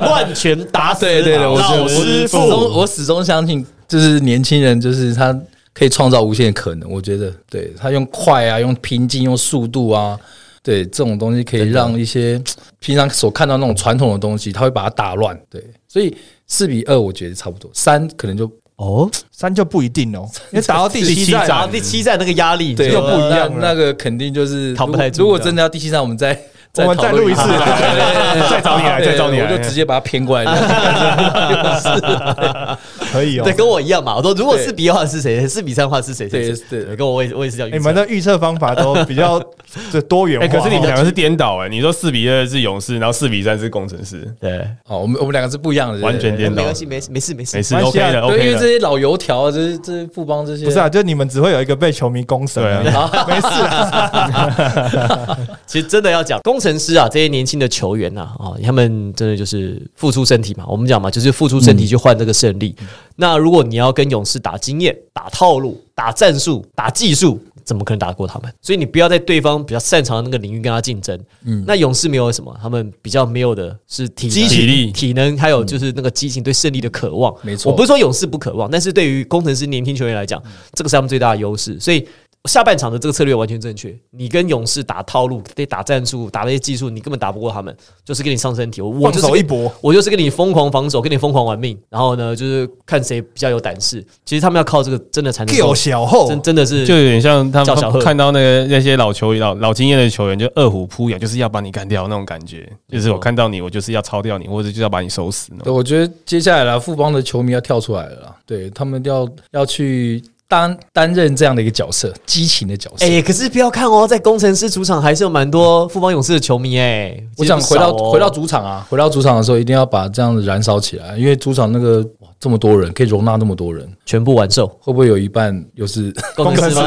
Speaker 1: 乱拳打死
Speaker 3: 对对对，我觉得
Speaker 1: 老
Speaker 3: 我
Speaker 1: 师
Speaker 3: 始
Speaker 1: 傅。
Speaker 3: 终我始终相信，就是年轻人，就是他可以创造无限的可能。我觉得，对他用快啊，用拼劲，用速度啊，对这种东西可以让一些平常所看到那种传统的东西，他会把它打乱。对，所以四比二，我觉得差不多，三可能就
Speaker 1: 哦，
Speaker 2: 三就不一定哦，因为打到第七
Speaker 4: 第七
Speaker 2: 站
Speaker 4: 站
Speaker 1: 然后第七站那个压力
Speaker 3: 对
Speaker 1: 就不
Speaker 2: 一样了
Speaker 3: 那那个肯定就是
Speaker 1: 扛不太住
Speaker 3: 如果真的要第七站，我们再。
Speaker 2: 我们再
Speaker 3: 讨论
Speaker 2: 录一次
Speaker 3: 下
Speaker 2: 啦
Speaker 4: 再找你来
Speaker 3: 对
Speaker 4: 再找你来
Speaker 3: 我就直接把它偏过来。
Speaker 2: 可以哦
Speaker 1: 对，。跟我一样嘛。我说如果
Speaker 3: 对
Speaker 1: 四比二的话是谁，四比三的话是谁，谁
Speaker 3: 对
Speaker 1: 谁
Speaker 3: 对
Speaker 1: 对，跟我我也我也是这样
Speaker 2: 哎你
Speaker 1: 预
Speaker 2: 们
Speaker 1: 测。
Speaker 2: 的预测方法都比较这多元
Speaker 4: 哎，
Speaker 2: 化
Speaker 4: 可
Speaker 2: 哦。
Speaker 4: 是你们两个是颠倒哎，你说四比二是勇士，然后四比三是工程师，
Speaker 1: 对，
Speaker 3: 好，我们我们两个是不一样的，对
Speaker 4: 完全颠
Speaker 1: 没
Speaker 4: 倒
Speaker 1: 关，系，没事没事没事
Speaker 4: 没事
Speaker 2: 没关
Speaker 4: ，OK
Speaker 2: 系啊
Speaker 4: 的
Speaker 3: 对，因
Speaker 4: ，OK
Speaker 3: 为这
Speaker 4: 的。
Speaker 3: 些老油条啊，这些这些富邦这些，
Speaker 2: 不是啊？就你们只会有一个被球迷公审而已，
Speaker 4: 对
Speaker 2: 没事啦。
Speaker 1: 其实真的要讲工程师啊，这些年轻的球员呐、啊，哦，他们真的就是付出身体嘛。我们讲嘛，就是付出身
Speaker 4: 嗯
Speaker 1: 体去换这个胜利。那如果你要跟勇士打经验、打套路、打战术、打技术，怎么可能打得过他们？所以你不要在对方比较擅长的那个领域跟他竞争。嗯，那勇士没有什么，他们比较没有的是体能
Speaker 2: 激
Speaker 4: 情体力
Speaker 1: 体能，还有就是那个激情对胜利的渴望。
Speaker 3: 嗯没错嗯
Speaker 1: 我不是说勇士不渴望，但是对于工程师年轻球员来讲，这个是他们最大的优势。所以下半场的这个策略完全正确，你跟勇士打套路、得打战术、打那些技术，你根本打不过他们，就是给你上身体，我我
Speaker 2: 放
Speaker 1: 就是
Speaker 2: 手
Speaker 1: 跟
Speaker 2: 一搏，
Speaker 1: 我就是跟你疯狂防守，跟你疯狂玩命，然后呢，就是看谁比较有胆识。其实他们要靠这个，真的才能
Speaker 2: 给我
Speaker 1: 收
Speaker 2: 小后
Speaker 1: 真真的是
Speaker 4: 就有点像他
Speaker 1: 叫小贺
Speaker 4: 们看到那个那些老球员、老老经验的球员，就二虎扑羊，就是要把你干掉那种感觉。就是
Speaker 1: 哦
Speaker 4: 我看到你，我就是要超掉你，或者就是要把你收死那种。
Speaker 3: 对，我觉得接下来啦，富邦的球迷要跳出来了啦，对他们要要去担担任这样的一个角色，激情的角色。
Speaker 1: 哎、可是不要看哦，在工程师主场还是有蛮多富邦勇士的球迷哎、
Speaker 3: 我想回
Speaker 1: 其
Speaker 3: 到、
Speaker 1: 实不少哦
Speaker 3: 回到主场啊，回到主场的时候，一定要把这样子燃烧起来，因为主场那个哇这么多人，可以容纳那么多人，
Speaker 1: 全部完售，
Speaker 3: 会不会有一半又 是，
Speaker 1: 工程师吗？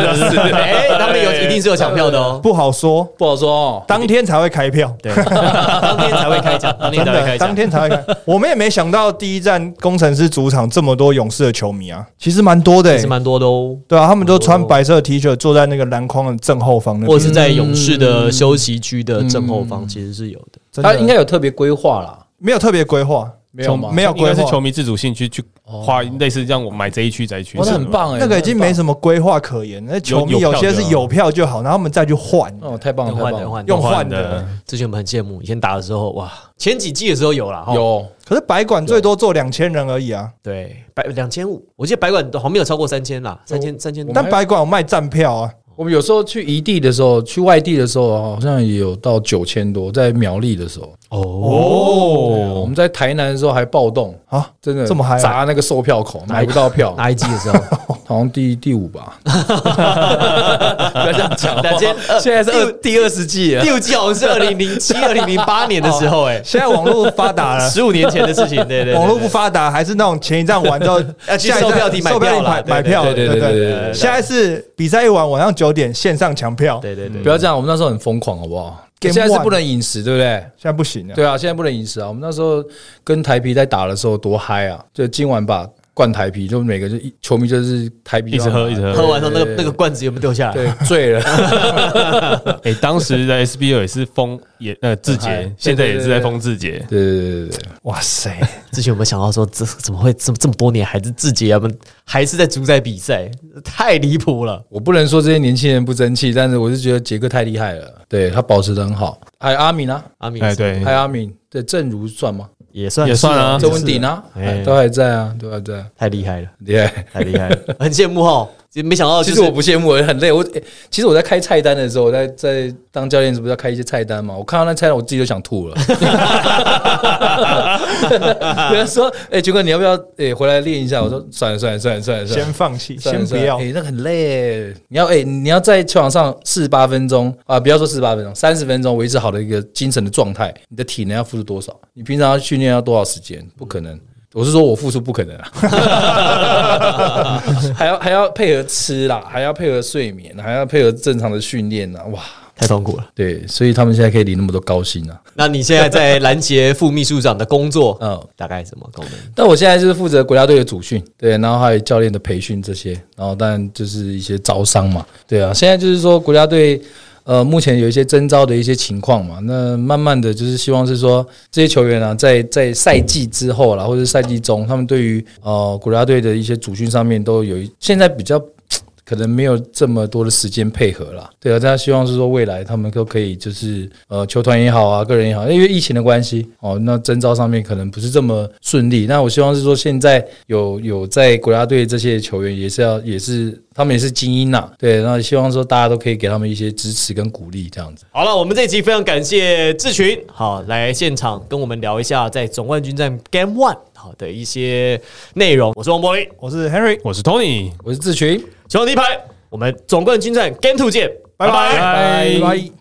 Speaker 1: 哎、他们有一定是有抢票的哦，
Speaker 2: 不好说
Speaker 3: 不好说哦？
Speaker 2: 当天才会开票。
Speaker 1: 对，哎当天才会开奖，当天
Speaker 2: 真
Speaker 1: 才会
Speaker 2: 的，
Speaker 1: 开
Speaker 2: 当
Speaker 1: 奖。
Speaker 2: 天才会开。我们也没想到第一站工程师主场这么多勇士的球迷啊，其实蛮多的、
Speaker 1: 是
Speaker 2: 欸。
Speaker 1: 蛮多的哦，
Speaker 2: 对啊，他们都穿白色的 T 恤，坐在那个篮筐的正后方那
Speaker 1: 或
Speaker 2: 边
Speaker 1: 者。是在勇士的休息区的正后方，其实是有的。
Speaker 2: 真
Speaker 3: 他
Speaker 2: 的
Speaker 3: 应该有特别规划啦，
Speaker 2: 没有特别规划，
Speaker 3: 没有吗
Speaker 2: 球没有
Speaker 4: 应
Speaker 2: 规
Speaker 4: 该是球
Speaker 2: 划，
Speaker 4: 迷自主性去去
Speaker 1: 哦
Speaker 4: 花类似这样，我买这一区这一区，
Speaker 3: 哇，那很棒哎、
Speaker 2: 哦那个已经没
Speaker 3: 么
Speaker 2: 什么规划可言。那球迷
Speaker 4: 有
Speaker 2: 有
Speaker 4: 票
Speaker 2: 些是
Speaker 4: 就好
Speaker 2: 有票就好，然后他们再去换。
Speaker 3: 哦，太棒了，太
Speaker 1: 换
Speaker 3: 棒
Speaker 1: 的
Speaker 3: 了，
Speaker 1: 换的，
Speaker 2: 用换
Speaker 4: 换
Speaker 2: 的
Speaker 4: 的。
Speaker 1: 之前我们很羡慕，以前打的时候，哇，前几季的时候有啦，哈，
Speaker 3: 有
Speaker 2: 可是白馆最多坐两千人而已啊，
Speaker 1: 对，百两千五，我记得白馆好像没有超过三千啦，三千三千
Speaker 3: 我，们
Speaker 2: 但白馆有卖站票啊。
Speaker 3: 我们有时候去异地的时候，去外地的时候，好像也有到九千多，在苗栗的时候。
Speaker 1: 哦
Speaker 3: 我
Speaker 2: 哦，
Speaker 3: 们在台南的时候还暴动，
Speaker 2: 啊，
Speaker 3: 真的
Speaker 2: 这么嗨啊
Speaker 3: 砸那个售票口，
Speaker 1: 哪
Speaker 3: 买不到票，
Speaker 1: 哪一季的时候，
Speaker 3: 好像第第五吧，不要这样讲话，
Speaker 1: 两千二
Speaker 3: 现在是二第二十季了
Speaker 1: 第，五季好像是二零零七、二零零八年的时候，哎，
Speaker 2: 现在网络发 达了，
Speaker 1: 十五年前的事情，对对对，
Speaker 2: 哦网络不发达，还是那种前一站玩之后，
Speaker 1: 要去
Speaker 2: 下一站
Speaker 1: 售票亭买
Speaker 2: 售票
Speaker 1: 票
Speaker 2: 亭
Speaker 1: 啦
Speaker 2: 买
Speaker 1: 对
Speaker 2: 买票，
Speaker 3: 对对
Speaker 2: 对
Speaker 3: 对对对对
Speaker 1: 对
Speaker 2: 现在是比赛一完，晚上九点线上抢票，
Speaker 1: 对对对，
Speaker 3: 不要这样，我们那时候很疯狂，好不好？
Speaker 2: Game
Speaker 3: 现在是
Speaker 2: One
Speaker 3: 不能饮食，对不对？
Speaker 2: 现在不行了。
Speaker 3: 对啊，现在不能饮食啊！我们那时候跟台皮在打的时候多嗨啊！就今晚把灌台啤，就每个就一球迷就是台啤
Speaker 4: 一直喝一直喝
Speaker 1: 喝完后那个
Speaker 3: 对
Speaker 1: 那个罐子有没有掉下来？
Speaker 3: 对醉了，
Speaker 4: 哎、当时的 SBL 也是封也那个字
Speaker 3: 哎
Speaker 4: 节
Speaker 3: 对，
Speaker 4: 现在也
Speaker 3: 对
Speaker 4: 是
Speaker 3: 对
Speaker 4: 在
Speaker 3: 对
Speaker 4: 封字节。
Speaker 3: 对对对对对，
Speaker 2: 哇塞，
Speaker 1: 之前有没有想到说，这怎么会这么这么多年还是自己他们还是在主宰比赛，太离谱了。
Speaker 3: 我不能说这些年轻人不争气，但是我是觉得杰克太厉害了，对他保持的很好。还有阿敏啊，
Speaker 1: 阿明
Speaker 4: 哎，对，
Speaker 3: 还有阿敏，对正如算吗？
Speaker 1: 也算
Speaker 4: 也算啊
Speaker 1: 是
Speaker 3: 郑文鼎啊，
Speaker 1: 哎
Speaker 3: 哎都还在啊，都还在，
Speaker 1: 太厉害了，
Speaker 3: 厉害。
Speaker 1: 太厉害了，很羡慕哈。其实没想到，
Speaker 3: 其
Speaker 1: 哦就
Speaker 3: 实
Speaker 1: 是
Speaker 3: 我不羡慕，我很累。我、哎其实我在开菜单的时候，我在在当教练，是不是要开一些菜单嘛？我看到那菜单，我自己就想吐了。 有人说：“哎、杰哥，你要不要哎、回来练一下？”我说：“算了，算了，算了，算了，算了
Speaker 2: 先放弃，
Speaker 3: 算
Speaker 2: 先
Speaker 3: 了
Speaker 2: 不
Speaker 3: 算了
Speaker 2: 要
Speaker 3: 哎、。那个很累。你要哎、你要在球场上四十八分钟啊，不要说四十八分钟，三十分钟维持好的一个精神的状态，你的体能要付出多少？你平常要训练要多少时间？不可能。我是说，我付出不可能啊， 还要还要配合吃啦，还要配合睡眠，还要配合正常的训练啦，哇，
Speaker 1: 太痛苦了。
Speaker 3: 对，所以他们现在可以领那么多高薪啊。
Speaker 1: 那你现在在拦截副秘书长的工作，
Speaker 3: 嗯，
Speaker 1: 大概什么功能？
Speaker 3: 但我现在就是负责国家队的主训，对，然后还有教练的培训这些，然后当然就是一些招商嘛，对啊，现在就是说国家队。呃，目前有一些征招的一些情况嘛，那慢慢的就是希望是说这些球员啊，在在赛季之后啦，或者是赛季中，他们对于呃国家队的一些主训上面都有一现在比较可能没有这么多的时间配合啦。对啊，大家希望是说未来他们都可以就是呃球团也好啊，个人也好，因为疫情的关系哦，那征招上面可能不是这么顺利。那我希望是说现在有有在国家队这些球员也是要也是他们也是精英呐、啊对，那希望说大家都可以给他们一些支持跟鼓励这样子。
Speaker 1: 好了，我们这一集非常感谢志群，好来现场跟我们聊一下在总冠军战 Game One 好的一些内容。我是王柏林，
Speaker 2: 我是 Henry，
Speaker 4: 我是 Tony，
Speaker 3: 我是志群，
Speaker 1: 球王第一排，我们总冠军战 Game Two 见，拜拜
Speaker 2: 拜拜。